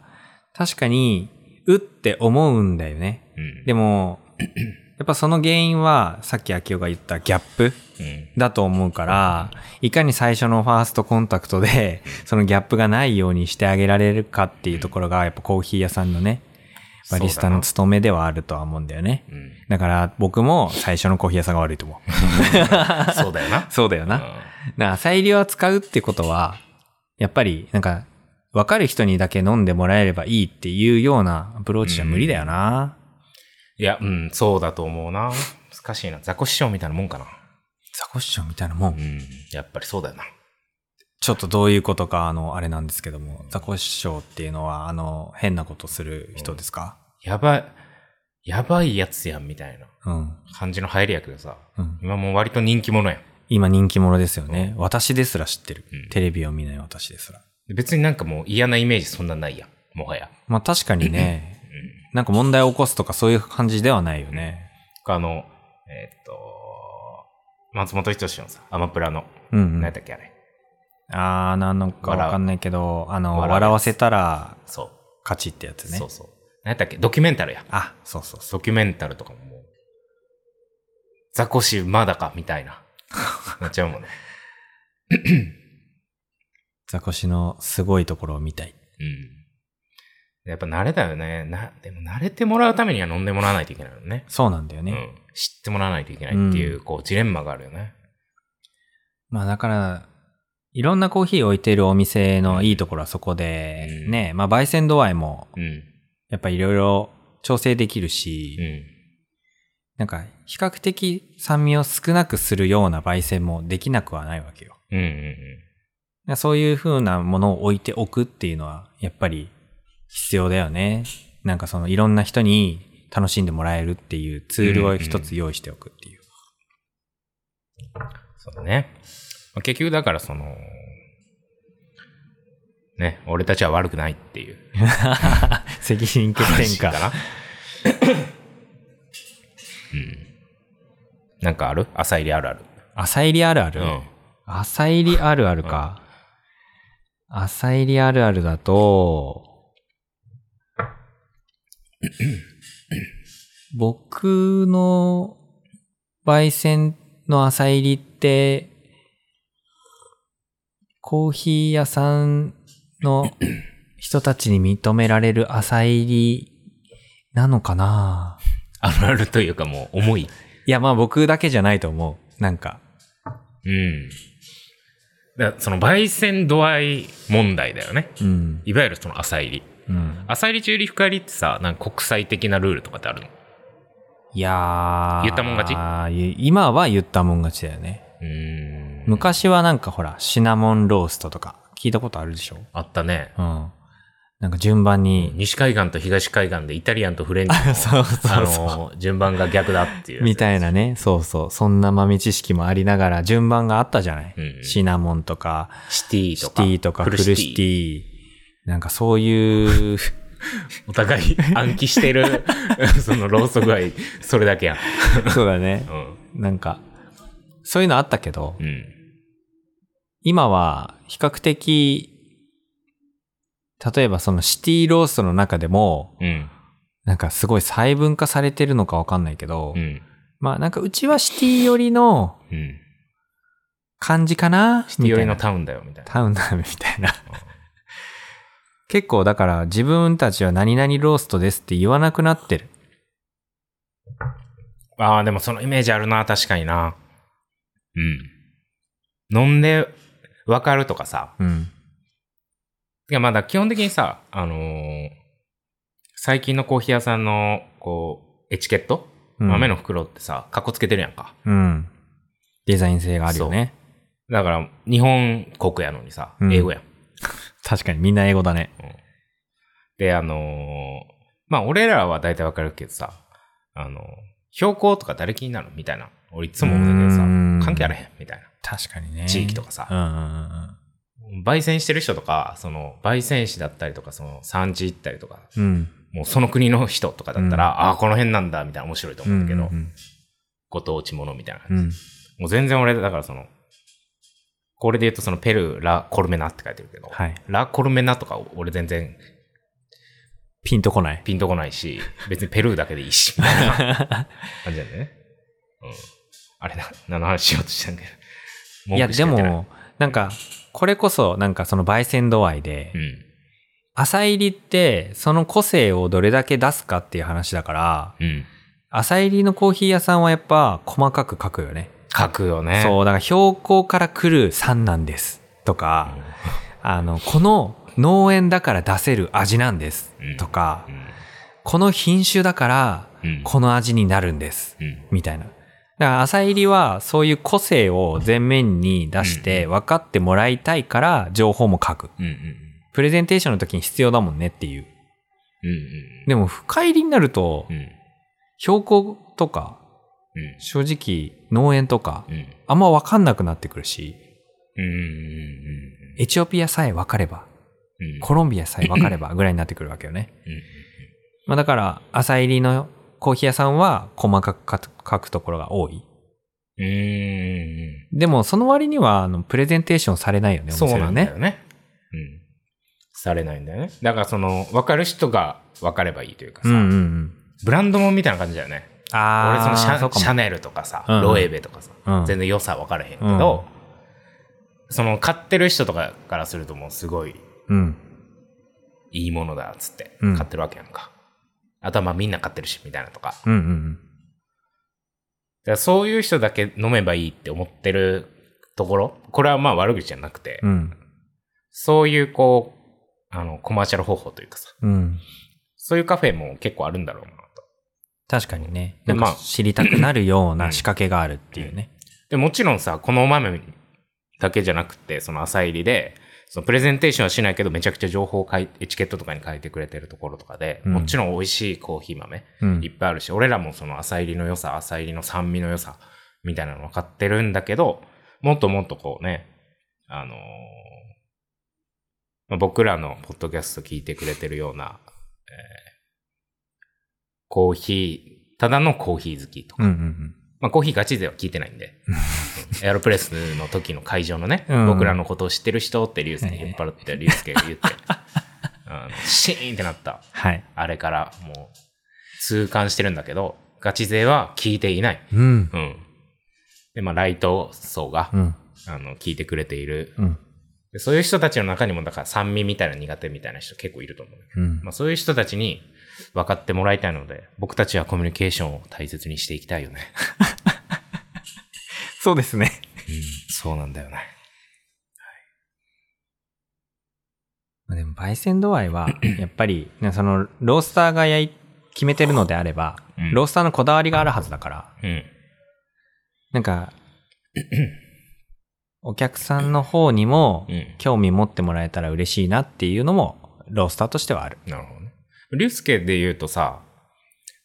S2: 確かに、うって思うんだよね。
S1: うん。
S2: でも、 やっぱその原因はさっき秋代が言ったギャップ
S1: うん。
S2: だと思うから、いかに最初のファーストコンタクトで、 そのギャップがないようにしてあげられるかっていうところが、やっぱコーヒー屋さんのね、バリスタの
S1: そう
S2: 務めではあるとは思うんだよね。
S1: だな
S2: だから僕も最初のコーヒー屋さんが悪いと思う。
S1: うん。そうだよな。
S2: そうだよな。な、浅入りを扱うってことは、やっぱり、なんか、わかる人にだけ飲んでもらえればいいっていうようなアプローチじゃ無理だよな。
S1: いや、うん、そうだと思うな。難しいな。ザコシショウみたいなもんかな。
S2: ザコシショウみたいなも。
S1: うんん、やっぱりそうだよな。
S2: ちょっとどういうことか、あの、あれなんですけども、ザコシショウっていうのは、あの、変なことする人ですか
S1: やばい、やばいやつやんみたいな
S2: うん。
S1: 感じの入りやけどさ、
S2: うん。
S1: 今もう割と人気者やん。
S2: 今人気者ですよね。私ですら知ってる
S1: うん。
S2: テレビを見ない私ですら。
S1: 別になんかもう嫌なイメージそんなないやん。もはや。
S2: まあ確かにね、 なんか問題を起こすとかそういう感じではないよね。
S1: あの、えーっと、松本人志のさ、アマプラの、
S2: うん、うん。
S1: 何やったっけあれ。
S2: あー、なのかわかんないけど、あの、
S1: 笑う
S2: 笑わせたら
S1: そ
S2: 勝ちってやつ
S1: う。
S2: ね
S1: そう。そう。何やったっけドキュメンタルや。
S2: あ、そうそうそ
S1: ドキュメンタルとかももう、ザコシまだかみたい な。なっちゃうもんね。
S2: ザコシのすごいところを見たい。
S1: うん。やっぱ慣れだよね。な、でも慣れてもらうためには飲んでもらわないといけないのね。
S2: そうなんだよ
S1: う
S2: ね。
S1: ん。知ってもらわないといけないっていう、
S2: うん
S1: こう、ジレンマがあるよね。
S2: まあだから、いろんなコーヒー置いてるお店のいいところはそこで、
S1: うん
S2: ね、まあ焙煎度合いも、
S1: うん。
S2: やっぱいろいろ調整できるし、
S1: うん。
S2: なんか比較的酸味を少なくするような焙煎もできなくはないわけよ。
S1: うんうんうん。
S2: そういう風なものを置いておくっていうのは、やっぱり必要だよね。なんかそのいろんな人に楽しんでもらえるっていうツールを一つ用意しておくっていう。
S1: そうだね。まあ結局だからその、ね、俺たちは悪くないっていう。
S2: 責任欠点
S1: 話
S2: か。
S1: な。うん。なんかある朝入りあるある。
S2: 朝入りあるあ
S1: う
S2: る。
S1: ん。
S2: 朝入りあるあるか。朝入りあるあるだ と、僕の焙煎の朝入りって、コーヒー屋さん の人たちに認められる朝入りなのかな
S1: あるあるというかもう重い。
S2: いや、まあ僕だけじゃないと思う。なんか。
S1: うん。だからその焙煎度合い問題だよね。
S2: うん。
S1: いわゆるその朝入り。
S2: うん。
S1: 朝入り中入り深入りってさ、なんか国際的なルールとかってあるの
S2: いやー。
S1: 言ったもん勝ち
S2: ち今は言ったもん勝ちだよね。
S1: うーん。
S2: 昔はなんかほら、シナモンローストとか聞いたことあるでしょ
S1: あったね。
S2: うん。なんか順番に、
S1: 西海岸と東海岸でイタリアンとフレンチの
S2: そうそうそう
S1: あの順番が逆だっていう。
S2: みたいなね。そうそう。そんな豆知識もありながら順番があったじゃない、
S1: うん
S2: シナモンとか、
S1: シティと
S2: シ
S1: か。
S2: ティとか、フルシティ。なんかそういう、
S1: お互い暗記してる、 そのローソク愛、それだけやん。
S2: そうだね
S1: う。ん。
S2: なんか、そういうのあったけど、
S1: うん。
S2: 今は比較的、例えばそのシティローストの中でも、
S1: うん。
S2: なんかすごい細分化されてるのかわかんないけど、
S1: うん。
S2: まあなんかうちはシティ寄りの
S1: うん。
S2: 感じかな
S1: シティ寄りの
S2: みたい
S1: タ
S2: な
S1: ウンだよ、みたいな。
S2: タウンだみたいな。 結構だから自分たちは何々ローストですって言わなくなってる。
S1: ああ、でもそのイメージあるな、確かにな。うん。飲んで、わかるとかさ。
S2: うん。
S1: いや、まだ基本的にさ、あのー最近のコーヒー屋さんの、こう、エチケット、
S2: うん
S1: 豆の袋ってさ、カッコつけてるやんか。
S2: うん。デザイン性があるよね。
S1: だから、日本国やのにさ、
S2: うん
S1: 英語やん。
S2: 確かにみんな英語だね。
S1: で、あのーまあ、俺らは大体わかるけどさ、あのー標高とか誰気になるみたいな。俺いつも思うんだけどさ
S2: うーん、
S1: 関係あらへんみたいな。
S2: 確かにね。
S1: 地域とか
S2: う
S1: さ。
S2: んうんうん
S1: 焙煎してる人とか、その、焙煎士だったりとか、その、産地行ったりとか、
S2: うん。うん。
S1: もうその国の人とかだったら、
S2: うん
S1: ああ、この辺なんだ、みたいな面白いと思うんだけど、
S2: うん
S1: ご当地ものみたいな
S2: う
S1: 感
S2: んう
S1: じ。
S2: ん。
S1: もう全然俺、だからその、これで言うとその、ペルー、ラ・コルメナって書いてるけど、
S2: はい
S1: ラ・コルメナとか俺全然
S2: ピンとこない。
S1: ピンとこないし、別にペルーだけでいいし、みたいな感じなんだよね。うん。あれな、何の話しようとしたんだけど。
S2: いや、
S1: 文句しか
S2: で
S1: 言ってない、
S2: も、なんか、これこそ、なんかその焙煎度合いで、
S1: うん。
S2: 朝入りって、その個性をどれだけ出すかっていう話だから、
S1: うん。
S2: 朝入りのコーヒー屋さんはやっぱ細かく書くよね。
S1: 書くよね。
S2: そう、だから標高から来る酸なんです。とか、あの、この農園だから出せる味なんです
S1: うん。
S2: とか
S1: う、ん。
S2: この品種だから
S1: うん。
S2: この味になるんです。
S1: うん。
S2: みたいな。だから朝入りはそういう個性を前面に出して分かってもらいたいから情報も書く。
S1: うん。うん。
S2: プレゼンテーションの時に必要だもんねっていう。
S1: うん。
S2: でも深入りになると
S1: うん。うん。
S2: 標高とか
S1: うん。
S2: 正直農園とか
S1: うん。
S2: あんま分かんなくなってくるし、
S1: うん。うん。
S2: エチオピアさえ分かれば、
S1: うん。
S2: コロンビアさえ分かればぐらいになってくるわけよね。
S1: うん。
S2: まあだから朝入りのコーヒー屋さんは細かく書く書くところが多い。
S1: うん。うん。
S2: でもその割にはあのプレゼンテーションされないよね、お店
S1: そう
S2: は
S1: なんだよね。うん。されないんだよね。だからその、分かる人が分かればいいというかさ、
S2: うんうんうん。
S1: ブランドもんみたいな感じだよね。
S2: あー
S1: 俺そのシ
S2: そ
S1: ャ
S2: うかも
S1: シャネルとかさ、
S2: うん
S1: ロエベとかさ、
S2: うん
S1: 全然良さ分からへんけど、その買ってる人とかからするともうすごい
S2: うん。
S1: いいものだっつって
S2: うん
S1: 買ってるわけやんか、あとはまあみんな買ってるしみたいなとかだか
S2: うんうん
S1: らそういう人だけ飲めばいいって思ってるところこれはまあ悪口じゃなくて、
S2: うん。うん。
S1: そういうこうあのコマーシャル方法というかさ
S2: うん。
S1: そういうカフェも結構あるんだろうなと
S2: 確かにね。
S1: で
S2: なんか
S1: まあ
S2: 知りたくなるような仕掛けがあるっていうね。
S1: でもちろんさこのお豆だけじゃなくてその朝入りでそのプレゼンテーションはしないけどめちゃくちゃ情報を書いエチケットとかに書いてくれてるところとかで、
S2: うん
S1: もちろん美味しいコーヒー豆
S2: うん
S1: いっぱいあるし、俺らもその朝入りの良さ、朝入りの酸味の良さ、みたいなの分かってるんだけど、もっともっとこうね、あのーまあ僕らのポッドキャスト聞いてくれてるような、えーコーヒー、ただのコーヒー好きとか、
S2: うんうん
S1: まあコーヒーガチでは聞いてないん で、エアロプレスの時の会場のね、
S2: うん
S1: 僕らのことを知ってる人ってリュウスケに引っ張ってリュウスケが言って、 あのシーンってなった。
S2: はい。
S1: あれからもう痛感してるんだけど、ガチ勢は聞いていない。
S2: うん。
S1: うん。で、まあ、ライト層が、
S2: うん。
S1: あの、聞いてくれている。
S2: うん。
S1: でそういう人たちの中にも、だから酸味みたいな苦手みたいな人結構いると思う。
S2: うん
S1: まあ、そういう人たちに分かってもらいたいので、僕たちはコミュニケーションを大切にしていきたいよね。
S2: そうですね。
S1: うん、 そうなんだよね。
S2: まあでも、焙煎度合いは、やっぱり、ね、その、ロースターが焼い、決めてるのであれば、
S1: うん
S2: ロースターのこだわりがあるはずだから、
S1: うん。
S2: なん か、お客さんの方にも
S1: う、ん。
S2: 興味持ってもらえたら嬉しいなっていうのも、ロースターとしてはある。
S1: なるほどね。リュウスケで言うとさ、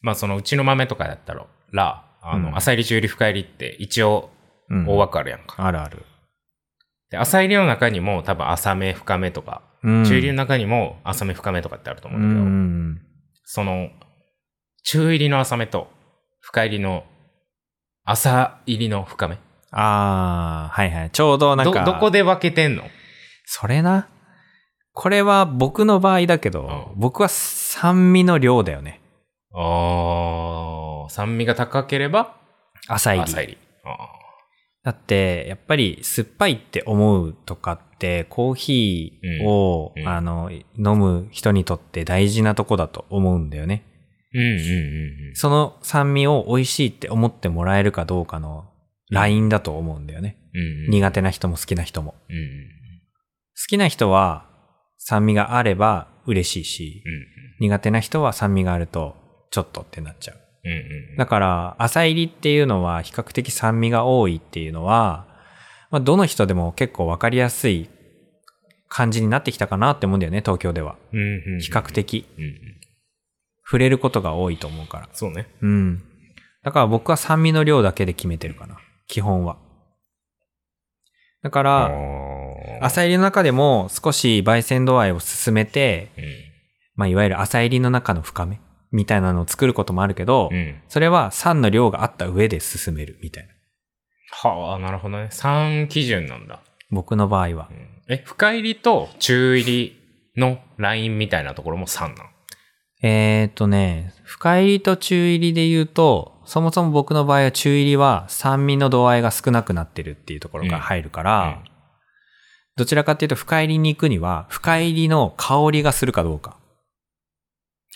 S1: まあ、そのうちの豆とかだったら、あ
S2: うん
S1: の、朝入り中入り深入りって一応
S2: うん。
S1: 大枠あるやんか。
S2: あるある。
S1: で浅入りの中にも多分浅め深めとか、
S2: うん
S1: 中入りの中にも浅め深めとかってあると思
S2: う
S1: うんだけど、
S2: ん。
S1: その中入りの浅めと深入りの浅入りの深め
S2: ああ、はいはい。ちょうどなん
S1: ど
S2: か、
S1: どこで分けてんの
S2: それな。これは僕の場合だけど、
S1: う
S2: 僕は酸味の量だよね。
S1: あー酸味が高ければ
S2: 浅入り。
S1: 浅入りあ
S2: だって、やっぱり酸っぱいって思うとかって、コーヒーを、
S1: うんうん
S2: あの、飲む人にとって大事なとこだと思うんだよね。
S1: ーうんうん
S2: その酸味を美味しいって思ってもらえるかどうかのラインだと思うんだよね。
S1: うんうんうん
S2: 苦手な人も好きな人も。
S1: うんうん
S2: 好きな人は酸味があれば嬉しいし、苦手な人は酸味があるとちょっとってなっちゃう。
S1: うんうんうんうん
S2: だから、浅入りっていうのは比較的酸味が多いっていうのは、まあ、どの人でも結構わかりやすい感じになってきたかなって思うんだよね、東京では。
S1: うんうんうん
S2: 比較的
S1: うんうん
S2: 触れることが多いと思うから。
S1: そうね
S2: うん。だから僕は酸味の量だけで決めてるかな。基本は。だか
S1: あ
S2: ら、浅入りの中でも少し焙煎度合いを進めて、
S1: うん
S2: まあ、いわゆる浅入りの中の深めみたいなのを作ることもあるけど、
S1: うん
S2: それは酸の量があった上で進めるみたいな。
S1: はあなるほどね3基準なんだ
S2: 僕の場合は。
S1: え、深入りと中入りのラインみたいなところも3なん。
S2: えー、っとね、深入りと中入りで言うと、そもそも僕の場合は中入りは酸味の度合いが少なくなってるっていうところから入るから、どちらかっていうと深入りに行くには、深入りの香りがするかどうか。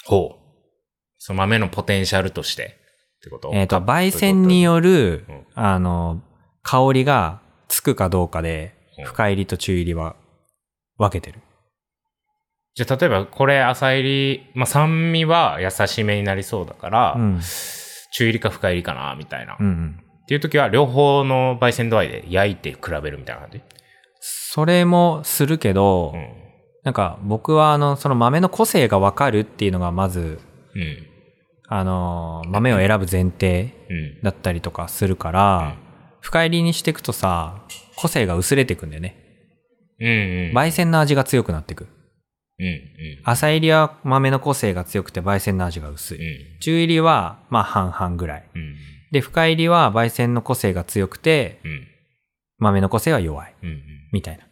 S1: ほう。その豆のポテンシャルとしてってこと
S2: えー、っと、
S1: カップ
S2: 焙煎による
S1: うん、
S2: あの、香りがつくかどうかで
S1: う、ん
S2: 深入りと中入りは分けてる。
S1: じゃあ例えばこれ浅入り、まあ、酸味は優しめになりそうだから、
S2: うん。
S1: 中入りか深入りかな、みたいな、
S2: うんう
S1: っ
S2: ん。
S1: ていう時は両方の焙煎度合いで焼いて比べるみたいな感じ
S2: それもするけど、
S1: うん。
S2: なんか僕はあの、その豆の個性がわかるっていうのがまず、
S1: うん。
S2: あのー、豆を選ぶ前提
S1: うん。
S2: だったりとかするから、深入りにしていくとさ、個性が薄れていくんだよね。
S1: うん。うん。
S2: 焙煎の味が強くなっていく。
S1: うん。うん。
S2: 浅入りは豆の個性が強くて焙煎の味が薄
S1: うん
S2: い。。中入りは、まあ半々ぐらい。
S1: うん。
S2: で、深入りは焙煎の個性が強くて、
S1: うん。
S2: 豆の個性は弱い。
S1: うん。うん。
S2: みたいな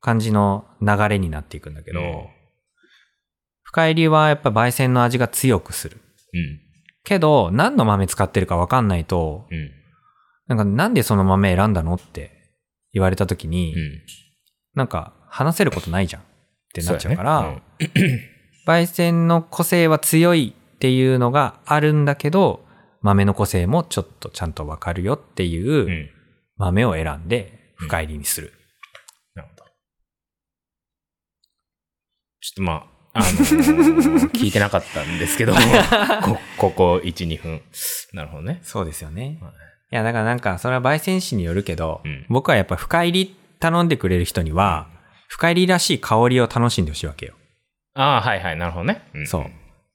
S2: 感じの流れになっていくんだ
S1: け
S2: けど、
S1: うん。
S2: 深入りはやっぱ焙煎の味が強くする。けど、何の豆使ってるかわかんないと、
S1: うん。
S2: なんかなんでその豆選んだのって言われた時に、
S1: うん。
S2: なんか話せることないじゃんってなっちゃうから、
S1: そやね
S2: 焙煎の個性は強いっていうのがあるんだけど、豆の個性もちょっとちゃんとわかるよって
S1: うんう。
S2: いうん豆を選んで
S1: うん
S2: 深入りにする。
S1: なるほど。ちょっとまあ、あのー聞いてなかったんですけど、 こここ1、2分。なるほどね。
S2: そうですよね。
S1: はい
S2: いや、だからなんかそれは焙煎師によるけど、
S1: うん
S2: 僕はやっぱ深入り頼んでくれる人には、深入りらしい香りを楽しんでほしいわけよ。
S1: ああ、はいはい、なるほどね。ん
S2: そう。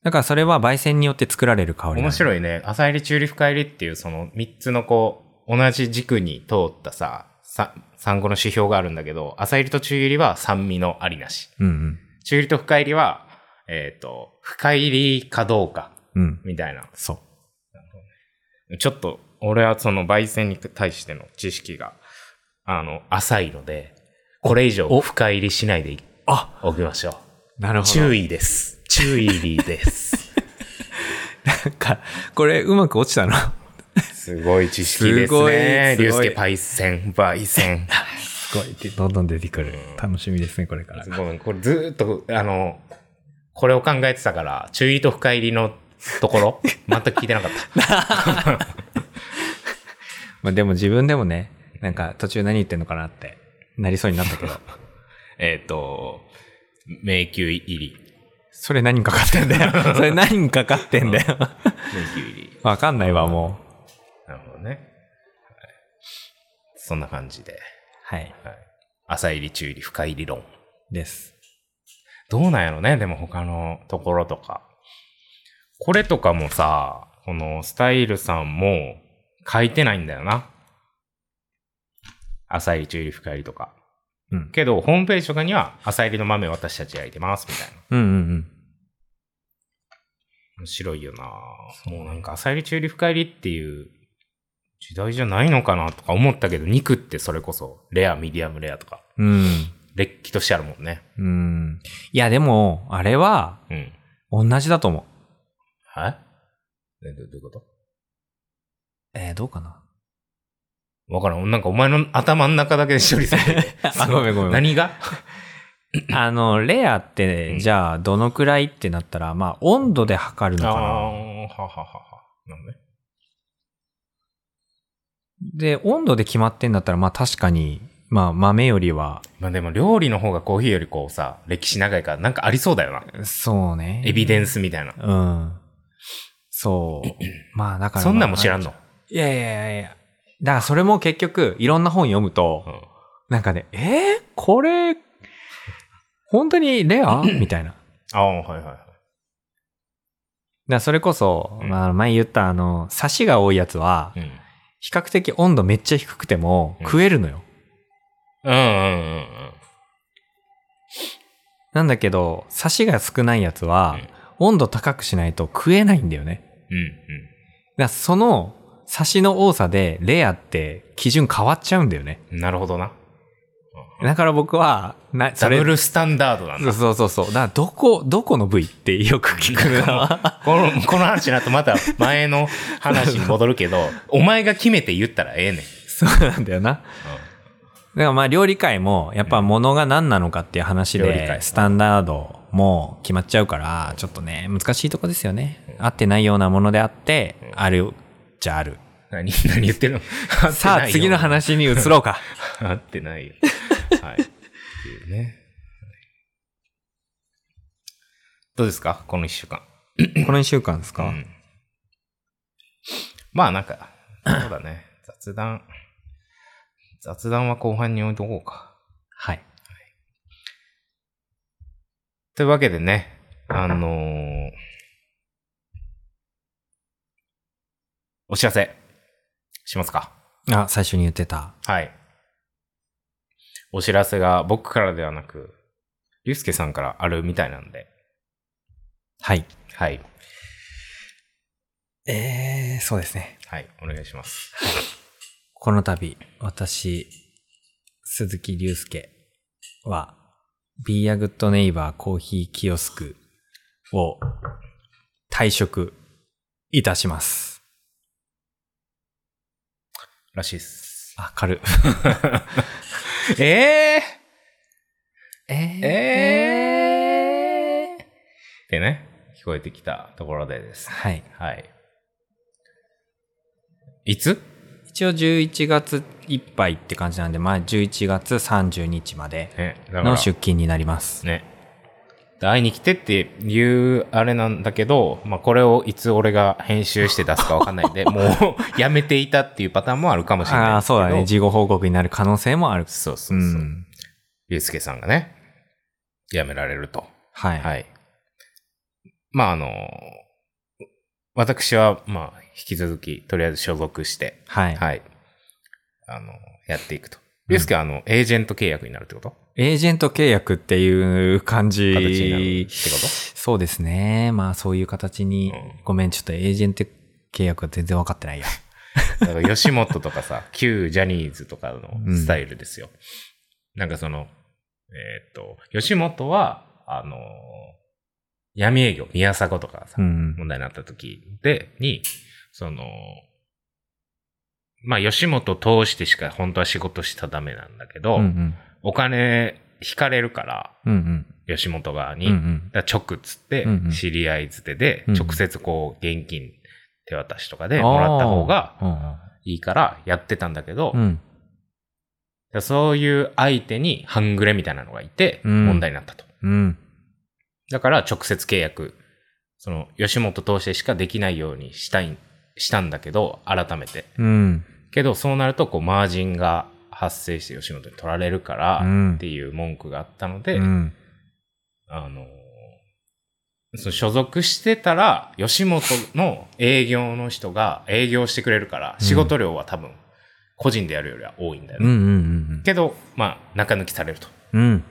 S2: だからそれは焙煎によって作られる香り
S1: 面
S2: い。
S1: 白いね。朝入り、チューリ深入りっていう、その3つのこう、同じ軸に通ったさ、さ産後の指標があるんだけど、朝入りと中入りは酸味のありなし。
S2: うん
S1: 中入りと深入りは、えっ、と、深入りかどうか、
S2: うん。うん。
S1: みたいな。
S2: そう。
S1: ちょっと、俺はその焙煎に対しての知識が、あの、浅いので、これ以上深入りしないで
S2: あ
S1: おきましょ
S2: なる
S1: う。注意です。注意です。
S2: なんか、これうまく落ちたの
S1: すごい知識です
S2: ごい
S1: ね。
S2: す
S1: 竜
S2: ごい
S1: 介焙煎、焙煎。
S2: すごい。でどんどん出てくる。楽しみですね、これから。
S1: ごめん、これずーっと、あの、これを考えてたから、注意と深入りのとこ ろ、全く聞いてなかった。
S2: まあでも自分でもね、なんか途中何言ってんのかなって、なりそうになったけど。
S1: えっと、迷宮入り。
S2: それ何にかかってん だよ。それ何にかかってんだよ。
S1: 迷宮入り。
S2: わかんないわ、もう。
S1: なるほどね。はいそんな感じで。
S2: はい。
S1: はい。浅入り、中入り、深入り論。
S2: です。
S1: どうなんやろね、でも他のところとか。これとかもさ、このスタイルさんも書いてないんだよな。浅入り、中入り、深入りとか。
S2: うん。
S1: けど、ホームページとかには、浅入りの豆を私たち焼いてます、みたいな。
S2: うんうんうん。
S1: 面白いよなもうなんか、浅入り、中入り、深入りっていう時代じゃないのかなとか思ったけど、肉ってそれこそ、レア、ミディアムレアとか、
S2: うん。
S1: れっきとしてあるもんね。
S2: うん。いや、でも、あれは、
S1: うん。
S2: 同じだと思う。
S1: はいえどどういうこと
S2: えー、どうかな。
S1: わからん。なんかお前の頭の中だけで処理されてる
S2: あごめんごめん
S1: 何が
S2: あの、レアっ
S1: う
S2: て、
S1: ん
S2: じゃあ、どのくらいってなったら、まあ、温度で測る
S1: あ
S2: の
S1: あ
S2: かな。
S1: ー、はははは。なんで
S2: で、温度で決まってんだったら、まあ、確かに、まあ、豆よりは、
S1: まあでも料理の方がコーヒーよりこうさ、歴史長いからなんかありそうだよな。
S2: そうね。
S1: エビデンスみたいな。
S2: うん。そう。まあ、だから。
S1: そんなんも知らんの。
S2: いやいやいやいや。だから、それも結局、いろんな本読むと、
S1: うん
S2: なんかね、えー、これ、本当にレアみたいな。だか
S1: ああ、はいはいはい。
S2: らそれこそ、
S1: うん
S2: まあ、前言った、あの、刺しが多いやつは
S1: う、ん。
S2: 比較的温度めっちゃ低くても、
S1: うん
S2: 食えるのよ。
S1: うんうんうんうん。
S2: なんだけど、刺しが少ないやつは
S1: うん、
S2: 温度高くしないと食えないんだよね。
S1: うん
S2: だからその、刺しの多さで、レアって基準変わっちゃうんだよね。
S1: うん。なるほどな。
S2: だから僕は、な、
S1: ダ
S2: それ、
S1: ブルスタンダードなん
S2: そう
S1: だ。
S2: そうそうそう。だから、どこ、どこの部位ってよく聞くな。
S1: この、 この話の後また前の話に戻るけど、お前が決めて言ったらええねん。
S2: そうなんだよな。だからまあ、料理界も、やっぱ物が何なのかっていう話
S1: 料理
S2: で、
S1: 界
S2: スタンダードも決まっちゃうから、ちょっとね、難しいとこですよね。合ってないようなものであって、ある、じゃある。
S1: 何、 何言ってるの
S2: さあ、次の。話に移ろうか。
S1: 合ってないよ。はい。っていうね。どうですかこの一週間。
S2: この1週間ですか、
S1: うんまあなんか、そうだね。 雑談。雑談は後半に置いとこうか。
S2: はい。
S1: というわけでね、あのーお知らせ、しますか。
S2: あ、最初に言ってた。
S1: はい。お知らせが僕からではなく、ゆうすけさんからあるみたいなんで。
S2: はい。
S1: はい。
S2: えー、そうですね。
S1: はい。お願いします。
S2: この度、私、鈴木隆介は、Be a Good Neighbor コーヒーキオスクを退職いたします。
S1: らしいっす。
S2: あ、軽っ。
S1: ええ
S2: え
S1: ええってね、聞こえてきたところでです。
S2: はい。
S1: はい。いつ
S2: 一応11月いっぱいって感じなんで、まあ11月30日まで
S1: ね、だから
S2: の出勤になります。
S1: ね。で会いに来てっていうあれなんだけど、まあこれをいつ俺が編集して出すかわかんない んで、もうやめていたっていうパターンもあるかもしれない
S2: ああー、
S1: ですけ
S2: そ
S1: ど。
S2: うだね。事後報告になる可能性もある。
S1: そうそう
S2: う
S1: そう。
S2: ん。
S1: ゆうすけさんがね、やめられると。
S2: はい。
S1: はい。まああの、私はまあ引き続きとりあえず所属して、
S2: はい。
S1: はい。あの、やっていくと。ゆうすけはあの、エージェント契約になるってこと
S2: エージェント契約っていう感じ。
S1: 形になるってこと
S2: そうですね。まあそういう形に、
S1: うん
S2: ごめん、ちょっとエージェント契約は全然分かってないや。
S1: だから吉本とかさ、 旧ジャニーズとかのスタイルですよ。なんかその、えーっと、吉本は、あのー闇営業、宮迫とかさ、
S2: うん。
S1: 問題になった時で、に、その、まあ、吉本通してしか本当は仕事しちゃダメなんだけど、
S2: うんうん。
S1: お金引かれるから、
S2: うんうん。
S1: 吉本側に、
S2: うんうん。
S1: だから直っつって
S2: うんうん、
S1: 知り合いづてで、
S2: うんうん
S1: 直接こう、現金手渡しとかでもらった方が、いいからやってたんだけど、
S2: うんうん、
S1: でそういう相手に半グレみたいなのがいて、
S2: うん
S1: 問題になったと。
S2: うん。うん。
S1: だから直接契約、その、吉本通してしかできないようにしたい、したんだけど、改めて。
S2: うん。
S1: けど、そうなると、こう、マージンが発生して吉本に取られるから
S2: う、ん
S1: っていう文句があったので、
S2: うん。
S1: あのー、その所属してたら、吉本の営業の人が営業してくれるから、
S2: うん
S1: 仕事量は多分、個人でやるよりは多いんだよね
S2: うん。うん
S1: けど、まあ、中抜きされると。
S2: うん。うん。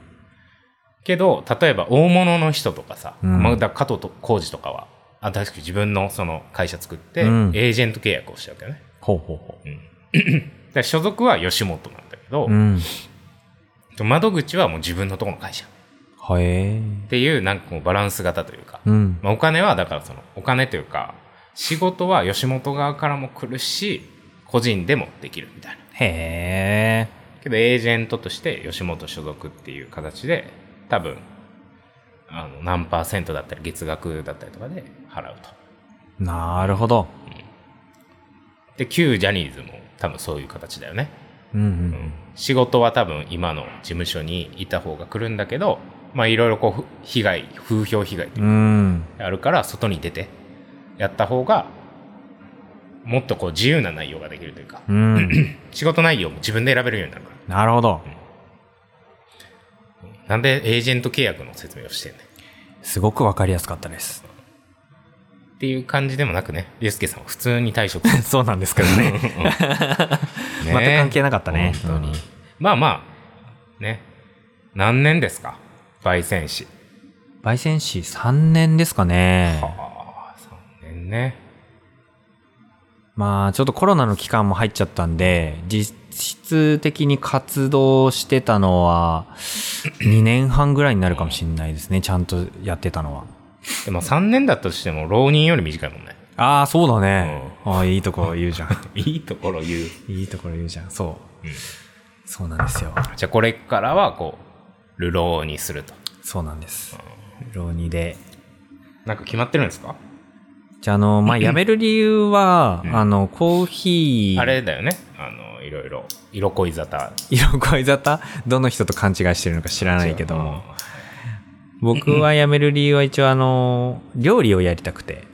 S1: けど、例えば大物の人とかさ、
S2: うん
S1: まあ、だ加藤と浩二とかは、新しく自分のその会社作って、
S2: うん
S1: エージェント契約をしたわけよね。
S2: ほうほうほ
S1: うんで所属は吉本なんだけど
S2: う。う、ん。
S1: 窓口はもう自分のところの会社っ
S2: はえ
S1: ていう、なんかこうバランス型というか、
S2: うん。
S1: まあ、お金はだからその、お金というか、仕事は吉本側からも来るし、個人でもできるみたいな。
S2: へえ。
S1: けどエージェントとして吉本所属っていう形で多分あの何パーセントだったり月額だったりとかで払うと
S2: なるほど。
S1: で旧ジャニーズも多分そういう形だよね、
S2: うん
S1: うん仕事は多分今の事務所にいた方が来るんだけどまあいろいろこうふ被害風評被害って
S2: うん。うん。
S1: あるから外に出てやった方がもっとこう自由な内容ができるというか
S2: うん。
S1: 仕事内容も自分で選べるようになるから
S2: なるほど。
S1: なんでエージェント契約の説明をしてんねん
S2: すごくわかりやすかったです。
S1: っていう感じでもなくね、ゆうすけさんは普通に退職です
S2: そうなんですけど ね。全く関係なかったね。
S1: 本当に
S2: うん。
S1: まあまあ、ね。何年ですか焙煎士。
S2: 焙煎士3年ですかね。
S1: はあ、3年ね。
S2: まあ、ちょっとコロナの期間も入っちゃったんで、実質的に活動してたの は、2年半ぐらいになるかもしれないですね。ちゃんとやってたのは。
S1: でも3年だとしても、浪人より短いもんね。
S2: ああ、そうだね。ああ、いいところ言うじゃん。
S1: いいところ言う。
S2: いいところ言うじゃん。そう。
S1: うん
S2: そうなんですよ。
S1: じゃあこれからは、こう、流浪にすると。
S2: そうなんです。浪人で。
S1: なんか決まってるんですか
S2: じゃあ、あ の、まあ、辞める理由は、
S1: うん
S2: あの、コーヒー、
S1: あれだよね。あの、いろいろ、色恋沙汰。
S2: 色恋沙汰どの人と勘違いしてるのか知らないけど
S1: うん
S2: も。僕は辞める理由は一応あの、料理をやりたくて。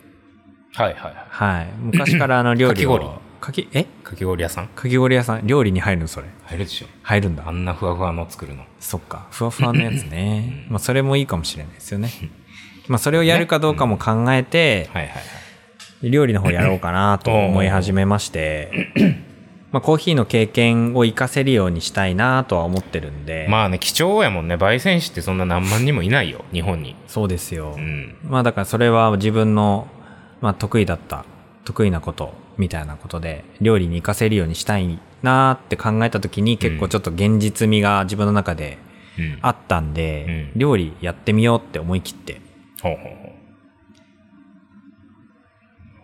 S1: はいはいは
S2: はい。昔からあの料理を。
S1: かき氷
S2: かき、え
S1: い。かき氷屋さん
S2: かき氷屋さん料理に入るのそれ。
S1: 入るでしょ。
S2: 入るん
S1: あ
S2: だ。
S1: んなふわふわの作るの。
S2: そっか。ふわふわのやつね。まあそれもいいかもしれないですよね。まあそれをやるかどうかも考えて、
S1: はいはいはい。
S2: 料理の方やろうかなと思い始めまして、まあコーヒーの経験を活かせるようにしたいなとは思ってるんで、
S1: まあね、貴重やもんね。焙煎士ってそんな何万人もいないよ、日本に。
S2: そうですよ。
S1: うん。
S2: まあだからそれは自分の、まあ、得意だった得意なことみたいなことで料理に活かせるようにしたいなーって考えた時に結構ちょっと現実味が自分の中で
S1: うん、
S2: あったんで、
S1: うん
S2: 料理やってみようって思い切って
S1: ほうほうほう。なる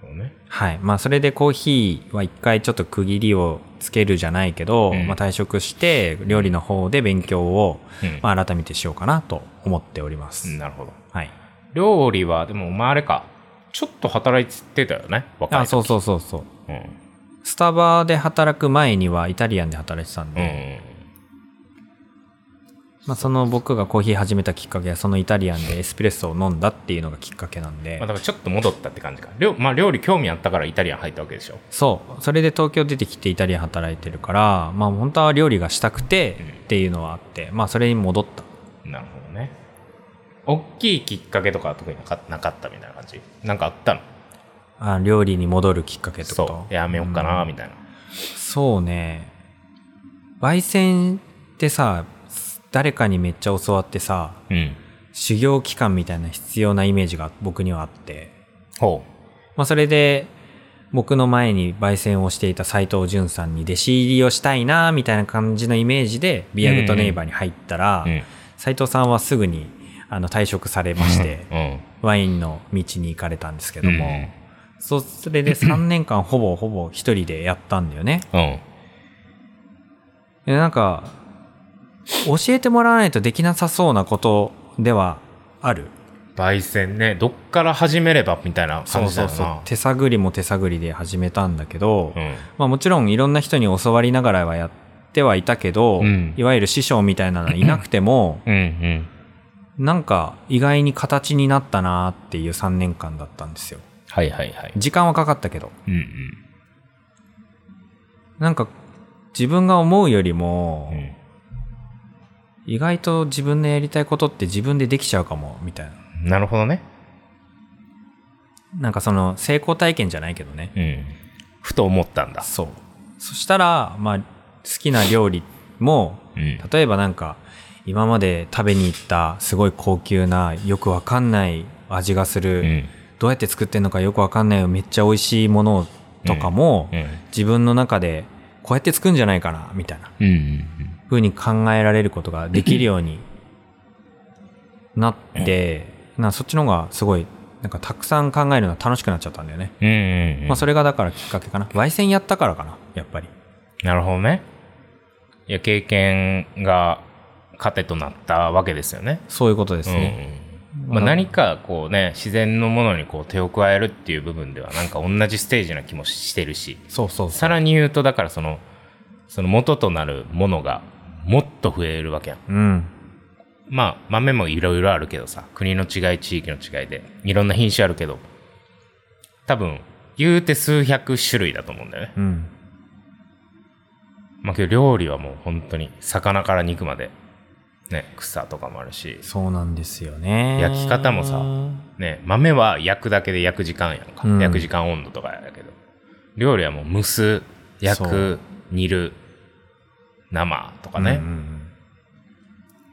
S1: ほどね。
S2: はい。まあ、それでコーヒーは一回ちょっと区切りをつけるじゃないけど、
S1: うん
S2: まあ、退職して、料理の方で勉強を、
S1: うん
S2: まあ、改めてしようかなと思っております。
S1: うんなるほど。
S2: はい。
S1: 料理は、でもお前あれか、ちょっと働いてたよね、若い時
S2: あ、そうそうそうそう。
S1: うん。
S2: スタバで働く前にはイタリアンで働いてたん
S1: う
S2: で、
S1: ん。
S2: まあ、その僕がコーヒー始めたきっかけは、そのイタリアンでエスプレッソを飲んだっていうのがきっかけなんで
S1: まあ、だ、からちょっと戻ったって感じか。料まあ、料理興味あったからイタリアン入ったわけでしょ。
S2: そう。それで東京出てきてイタリアン働いてるから、まあ、本当は料理がしたくてっていうのはあって、まあ、それに戻った。
S1: なるほどね。大きいきっかけとかは特になかなかったみたいな感じなんかあったの
S2: あ料理に戻るきっかけってこと
S1: そう。やめようかな、みたいな。
S2: そうね。焙煎ってさ、誰かにめっちゃ教わってさ、
S1: うん。
S2: 修行期間みたいな必要なイメージが僕にはあって、
S1: ほ
S2: まあそれで、僕の前に焙煎をしていた斎藤淳さんに弟子入りをしたいなみたいな感じのイメージでビアグッドネイバーに入ったら
S1: う。うん。
S2: 斎、藤さんはすぐにあの退職されまして
S1: うん。
S2: ワインの道に行かれたんですけども、
S1: うん
S2: そうそれで3年間ほぼほぼ一人でやったんだよね。
S1: うん。
S2: でなんか、教えてもらわないとできなさそうなことではある。
S1: 焙煎ね、どっから始めればみたいな感じだよな。
S2: 手探りも手探りで始めたんだけど、
S1: うん。
S2: まあもちろんいろんな人に教わりながらはやってはいたけど、
S1: うん
S2: いわゆる師匠みたいなのはいなく ても、
S1: うんうん。
S2: なんか意外に形になったなっていう3年間だったんですよ。
S1: はいはいはい。
S2: 時間はかかったけど。
S1: うん
S2: なんか自分が思うより
S1: う
S2: も、
S1: ん。
S2: 意外と自分のやりたいことって自分でできちゃうかも、みたいな。
S1: うん。なるほどね。
S2: なんかその成功体験じゃないけどね。
S1: うん。ふと思ったんだ。
S2: そう。そしたら、まあ、好きな料理も、
S1: うん。
S2: 例えばなんか、今まで食べに行ったすごい高級な、よくわかんない味がする、
S1: うん。
S2: どうやって作ってんのかよくわかんない、めっちゃ美味しいものとかも、
S1: うん。
S2: 自分の中で、こうやって作るんじゃないかな、みたいな
S1: うん。
S2: 風に考えられることができるようになって、なそっちの方がすごい、なんかたくさん考えるのは楽しくなっちゃったんだよね。
S1: うん。うん。うん
S2: まあそれがだからきっかけかな。焙煎やったからかな、やっぱり。
S1: なるほどね。いや、経験が糧となったわけですよね。
S2: そういうことですね。
S1: うんまあ、何かこうね、自然のものにこう手を加えるっていう部分では、なんか同じステージな気もしてるし、
S2: そうそうそ
S1: さらに言うと、だからその、その元となるものがもっと増えるわけやん。
S2: う。うん。
S1: まあ、豆もいろいろあるけどさ、国の違い、地域の違いで、いろんな品種あるけど、多分、言うて数百種類だと思うんだよね。
S2: うん。
S1: まあ、けど料理はもう本当に、魚から肉まで、ね、草とかもあるし、
S2: そうなんですよね。
S1: 焼き方もさね、豆は焼くだけで焼く時間やんか。
S2: うん
S1: 焼く時間温度とかやけど。料理はもう蒸す、焼
S2: そ
S1: く
S2: う、
S1: 煮る、生とか
S2: うんう
S1: ね、
S2: ん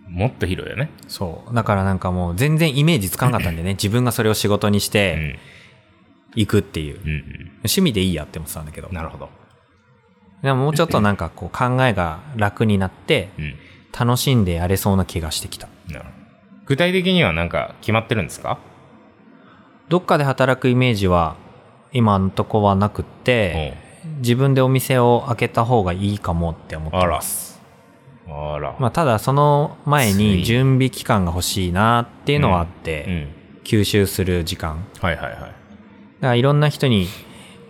S1: もっと広いよね。
S2: うんそう。だからなんかもう全然イメージつかんかったんでね、自分がそれを仕事にし
S1: う
S2: て
S1: ん。
S2: 行くっていう。
S1: うんうん。
S2: 趣味でいいやって思ってたんだけど。
S1: なるほど。
S2: でももうちょっとなんかこう考えが楽になって、
S1: うん。
S2: 楽しんでやれそうな気がしてきた。
S1: なるほど。具体的にはなんか決まってるんですか
S2: どっかで働くイメージは今のとこはなくって、自分でお店を開けた方がいいかもって思って
S1: あら
S2: ま。す。
S1: あら。
S2: まあ、ただその前
S1: つい
S2: に準備期間が欲しいなっていうのはあって、
S1: うん。
S2: 吸収する時間。
S1: はいはいはい。
S2: だからいろんな人に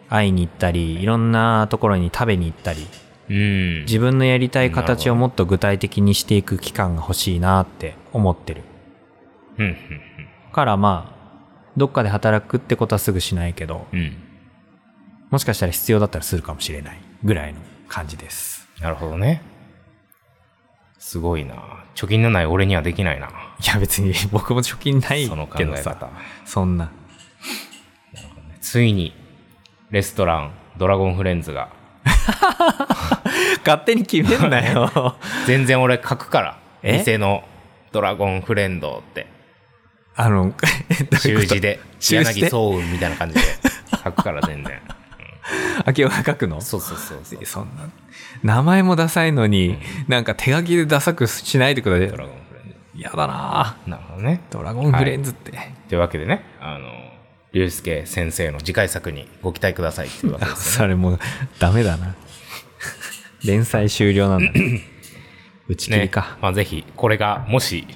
S2: 会いに行ったり、いろんなところに食べに行ったり、
S1: うん。
S2: 自分のやりたい
S1: なるほ
S2: 形
S1: ど
S2: をもっと具体的にしていく期間が欲しいなって思ってる。
S1: うんうん
S2: だからまあ、どっかで働くってことはすぐしないけど、
S1: うん。うん。
S2: もしかしたら必要だったらするかもしれないぐらいの感じです。
S1: なるほどね。すごいな。貯金のない俺にはできないな。
S2: いや別に 僕も貯金ない
S1: その考
S2: け
S1: え
S2: ど
S1: 方
S2: さ、。そんな。
S1: ついにレストランドラゴンフレンズが
S2: 勝手に決めんなよ。
S1: 全然俺書くから
S2: え
S1: 店のドラゴンフレンドって
S2: あの、 どういう
S1: 習
S2: こと
S1: 字で
S2: 習字
S1: 柳
S2: で
S1: 宗雲みたいな感じで書くから全然
S2: 秋葉が書くの
S1: そうそうそうそう
S2: そんな。名前もダサいのに、なんか手書きでダサくしないでくださ
S1: ド
S2: い。
S1: ラゴンフレン
S2: やだなぁ
S1: ドなるほどね
S2: ドラゴンフレンズって。
S1: というわけでねあの竜介先生の次回作にご期待くださいっていうわ けですね。
S2: それもうダメだな。連載終了なんだね。打ち切り
S1: ね
S2: か。。
S1: まあぜひ、これがもし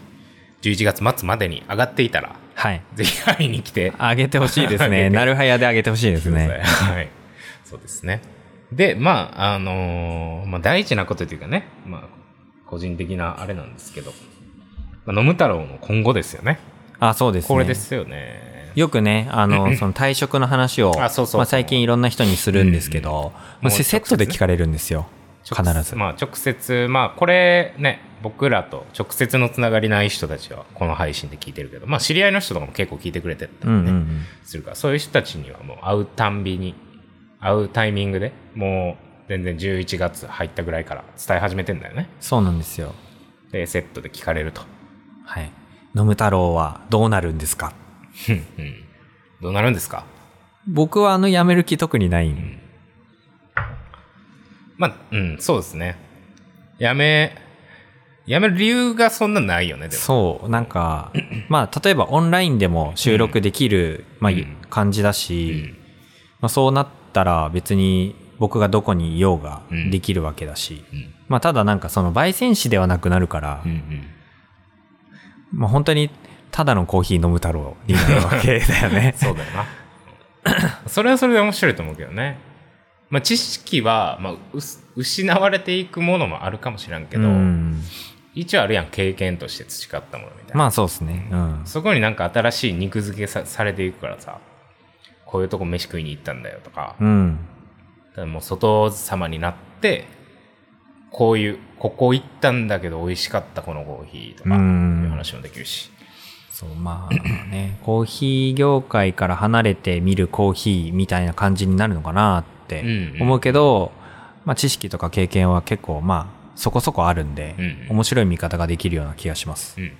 S1: 11月末までに上がっていたら、
S2: はい。
S1: ぜひ会いに来て
S2: あげてほし いです
S1: あげ
S2: ね。
S1: て
S2: なるはやであげてほしいですね。
S1: はい。そうですね。で、まあ、あのーまあ、大事なことというかね、まあ、個人的なあれなんですけど、まあ、飲む太郎の今後ですよね。
S2: あ、そうですね。
S1: これですよね。
S2: よくね、あの、その退職の話を、
S1: あそうそう
S2: まあ、最近いろんな人にするんですけど、まあ
S1: もう直接ね
S2: セットで聞かれるんですよ。必
S1: 直
S2: ず。
S1: まあ、直接、まあ、これね、僕らと直接のつながりない人たちは、この配信で聞いてるけど、まあ、知り合いの人とかも結構聞いてくれてた
S2: うん
S1: り
S2: うん
S1: ね、
S2: うん。
S1: するから、そういう人たちにはもう会うたんびに、会うタイミングでもう、全然11月入ったぐらいから伝え始めてんだよね。
S2: そうなんですよ。
S1: で、セットで聞かれると。
S2: はい。飲む太郎はどうなるんですか
S1: うんうんどうなるんですか
S2: 僕はあの辞める気特にないん。
S1: まあ、うん、そうですね。やめ、やめる理由がそんなないよね、でも。
S2: そう、なんか、まあ、例えばオンラインでも収録できる、まあ
S1: うん、
S2: 感じだ
S1: う
S2: し、
S1: ん
S2: まあ、そうなったら別に僕がどこにいようが
S1: うん
S2: できるわけだし、
S1: うん
S2: まあ、ただなんかその焙煎士ではなくなるから、
S1: うんうん。
S2: まあ、本当にただのコーヒー飲む太郎になるわけだよね
S1: そうだよな。それはそれで面白いと思うけどね。まあ、知識は、まあ、うす失われていくものもあるかもしらんけど、
S2: うん
S1: 一応あるやん、経験として培ったものみたいな。
S2: まあそうですね。うん。
S1: そこになんか新しい肉付けさされていくからさ、こういうとこ飯食いに行ったんだよとか、
S2: うん。
S1: ただもう外様になってこういうここ行ったんだけど美味しかったこのコーヒーとか
S2: う
S1: い
S2: ん
S1: う話もできるし、
S2: そう、まあね、 コーヒー業界から離れて見るコーヒーみたいな感じになるのかなって
S1: うんうん
S2: 思うけど、まあ知識とか経験は結構まあそこそこあるんで、
S1: うん
S2: 面白い見方ができるような気がします。
S1: うん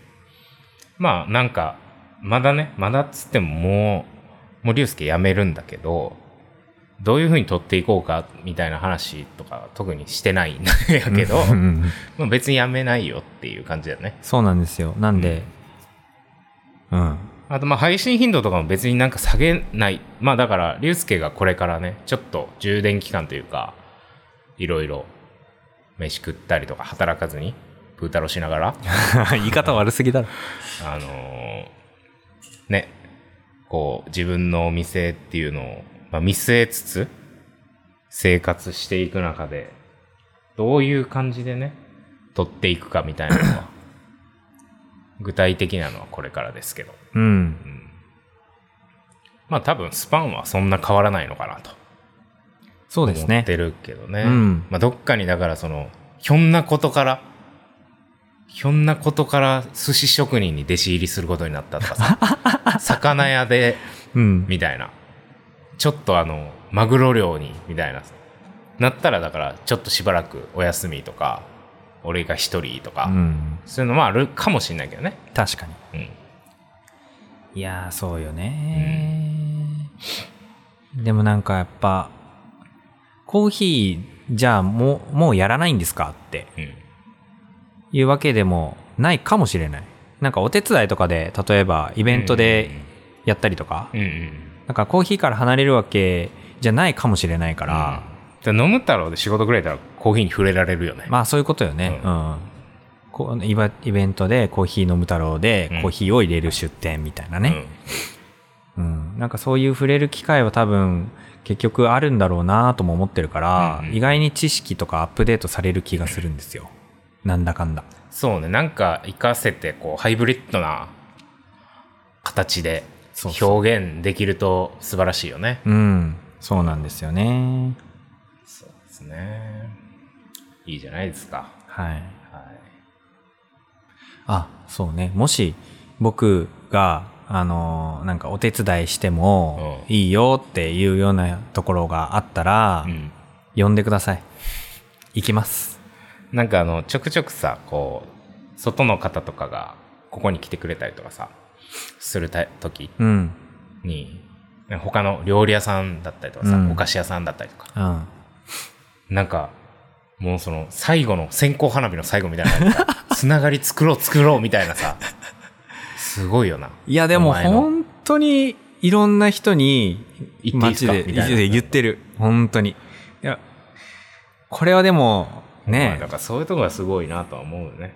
S1: まあなんかまだねまだっつってももうもう竜介辞めるんだけどどういうふうに取っていこうかみたいな話とか特にしてないんだけど、
S2: うんうん
S1: まあ別に辞めないよっていう感じだよね
S2: そうなんですよ。なんで、うん。
S1: あとまあ配信頻度とかも別になんか下げない。まあだから、竜介がこれからね、ちょっと充電期間というか、いろいろ飯食ったりとか働かずに、プータロしながら、
S2: 言い方悪すぎだろ。
S1: あのーね、こう自分のお店っていうのを、まあ、見据えつつ、生活していく中で、どういう感じでね、取っていくかみたいなの は、具体的なのはこれからですけど。
S2: うん。
S1: まあ多分スパンはそんな変わらないのかなと
S2: そうです
S1: 思っ
S2: ね。
S1: てるけどね。
S2: うん
S1: まあどっかにだからその、ひょんなことから、ひょんなことから寿司職人に弟子入りすることになったとか さ、魚屋で、
S2: うん。
S1: みたいな。ちょっとあの、マグロ漁に、みたいな。なったらだからちょっとしばらくお休みとか、俺が一人とか、
S2: うん。
S1: そういうのもあるかもしれないけどね。
S2: 確かに。
S1: うん。
S2: いやーそうよね、でもなんかやっぱコーヒーじゃあもうもうやらないんですかって
S1: うん。
S2: いうわけでもないかもしれないなんかお手伝いとかで例えばイベントでやったりとか、
S1: うんうん。
S2: なんかコーヒーから離れるわけじゃないかもしれないから、
S1: で飲む太郎で仕事くれたらコーヒーに触れられるよね。
S2: まあそういうことよね
S1: う
S2: うん、こうイベイベントでコーヒー飲む太郎で
S1: うん
S2: コーヒーを入れる出店みたいな
S1: う
S2: ね、
S1: ん
S2: うん、なんかそういう触れる機会は多分結局あるんだろうなとも思ってるから、
S1: うんうん
S2: 意外に知識とかアップデートされる気がするんですよ。なんだかんだ。
S1: そうね、なんか活かせて、こう、ハイブリッドな形で
S2: そうそう
S1: 表現できると素晴らしいよね。
S2: うん、そうなんですよね。
S1: そうですね。いいじゃないですか。
S2: はい。
S1: はい。
S2: あ、そうね。もし僕が、あのーなんかお手伝いしても
S1: うん
S2: いいよっていうようなところがあったら、
S1: うん
S2: 呼んでください。行きます。
S1: なんかあの、ちょくちょくさ、こう、外の方とかがここに来てくれたりとかさ、するた時
S2: うん。
S1: に、他の料理屋さんだったりとかさ、
S2: うん
S1: お菓子屋さんだったりとか、
S2: うん。
S1: なんか、もうその、最後の、線香花火の最後みた いなさ、つながり作ろう作ろうみたいなさ、すごいよな。
S2: いやでも
S1: お前の
S2: 本当にいろんな人に、
S1: 言っていいっすか
S2: 街で
S1: みたいな
S2: で言ってる。本当に。いや、これはでも、
S1: まあ
S2: ね
S1: だ、からそういうとこがすごいなとは思うよね。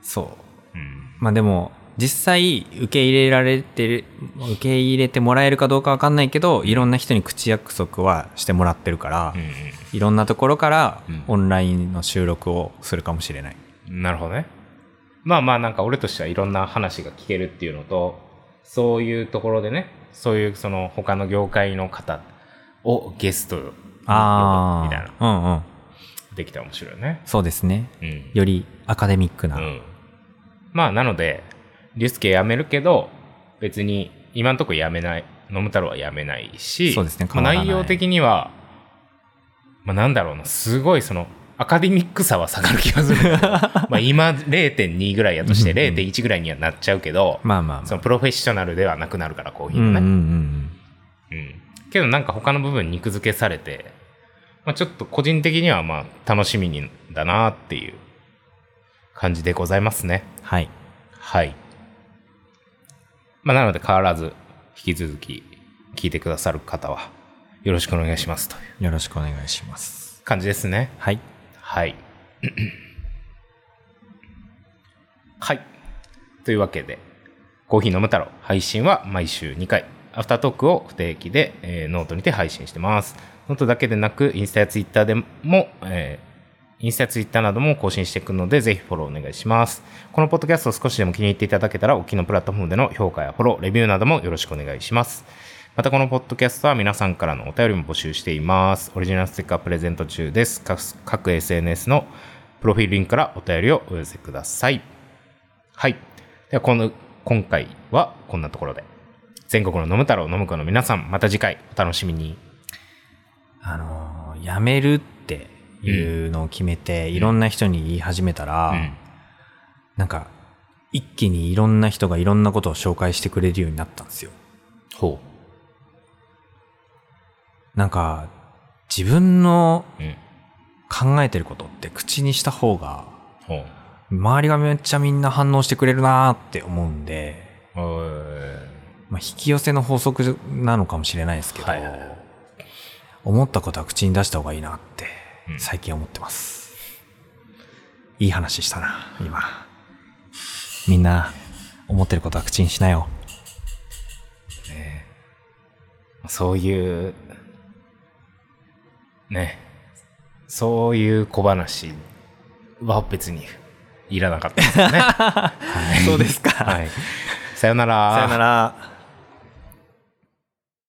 S2: そう。
S1: うん。
S2: まあでも、実際受け入れられてる、受け入れてもらえるかどうかわかんないけど、いろんな人に口約束はしてもらってるから、
S1: うん
S2: いろんなところから
S1: うん
S2: オンラインの収録をするかもしれない。
S1: うん。なるほどね。まあまあなんか俺としてはいろんな話が聞けるっていうのと、そういうところでね、そういうその他の業界の方をゲストに呼ぶ
S2: ああ。
S1: みたいな。
S2: うんうん。
S1: できたら面白いよね。
S2: そうですね。
S1: うん。
S2: よりアカデミックな。
S1: うん。まあ、なので、リュウスケ辞めるけど、別に今んとこ辞めない、野村太郎は辞めないし、
S2: そうですね
S1: まあ
S2: 変わらない
S1: 内容的には、まあ、なんだろうな、すごいその、アカデミックさは下がる気が するんだけど。まあ今0.2ぐらいやとして
S2: うんうん
S1: 0.1ぐらいにはなっちゃうけど、
S2: まあまあまあ、
S1: そのプロフェッショナルではなくなるから、コーヒー
S2: うんうん
S1: の
S2: う
S1: ね。
S2: ん
S1: うん。けどなんか他の部分肉付けされて、まあ、ちょっと個人的にはまあ楽しみにだなっていう感じでございますね。
S2: うん。はい。
S1: はい。まあ、なので変わらず、引き続き聞いてくださる方は、よろしくお願いしますという
S2: よろしくお願いします。
S1: 感じですね。
S2: はい。
S1: はい。 はい。というわけで、コーヒー飲む太郎配信は毎週2回、アフタートークを不定期で、えーノートにて配信してます。ノートだけでなく、インスタやツイッターでも、えーインスタやツイッターなども更新していくので、ぜひフォローお願いします。このポッドキャストを少しでも気に入っていただけたら、お気のプラットフォームでの評価やフォロー、レビューなどもよろしくお願いします。またこのポッドキャストは皆さんからのお便りも募集しています。オリジナルステッカープレゼント中です。各各 SNS のプロフィールリンクからお便りをお寄せください。はい。ではこの、今回はこんなところで。全国の飲む太郎、飲む子の皆さん、また次回お楽しみに。
S2: あのー辞めるっていうのを決めて、いろんな人に言い始めたら、
S1: うん
S2: なんか、一気にいろんな人がいろんなことを紹介してくれるようになったんですよ。
S1: ほ
S2: なんか、自分の
S1: う。うん。
S2: 考えてることって口にした方が、
S1: ほう。
S2: 周りがめっちゃみんな反応してくれるなーって思うんで、
S1: え
S2: まあ、引き寄せの法則なのかもしれないですけど、
S1: はいはいはい
S2: 思ったことは口に出した方がいいなって
S1: う、ん
S2: 最近思ってます。いい話したな、今。みんな、思ってることは口にしなよ。
S1: ーそういう、ね。そういう小話は別にいらなかったですね。
S2: そうですか。
S1: はい。さよなら。
S2: さよなら。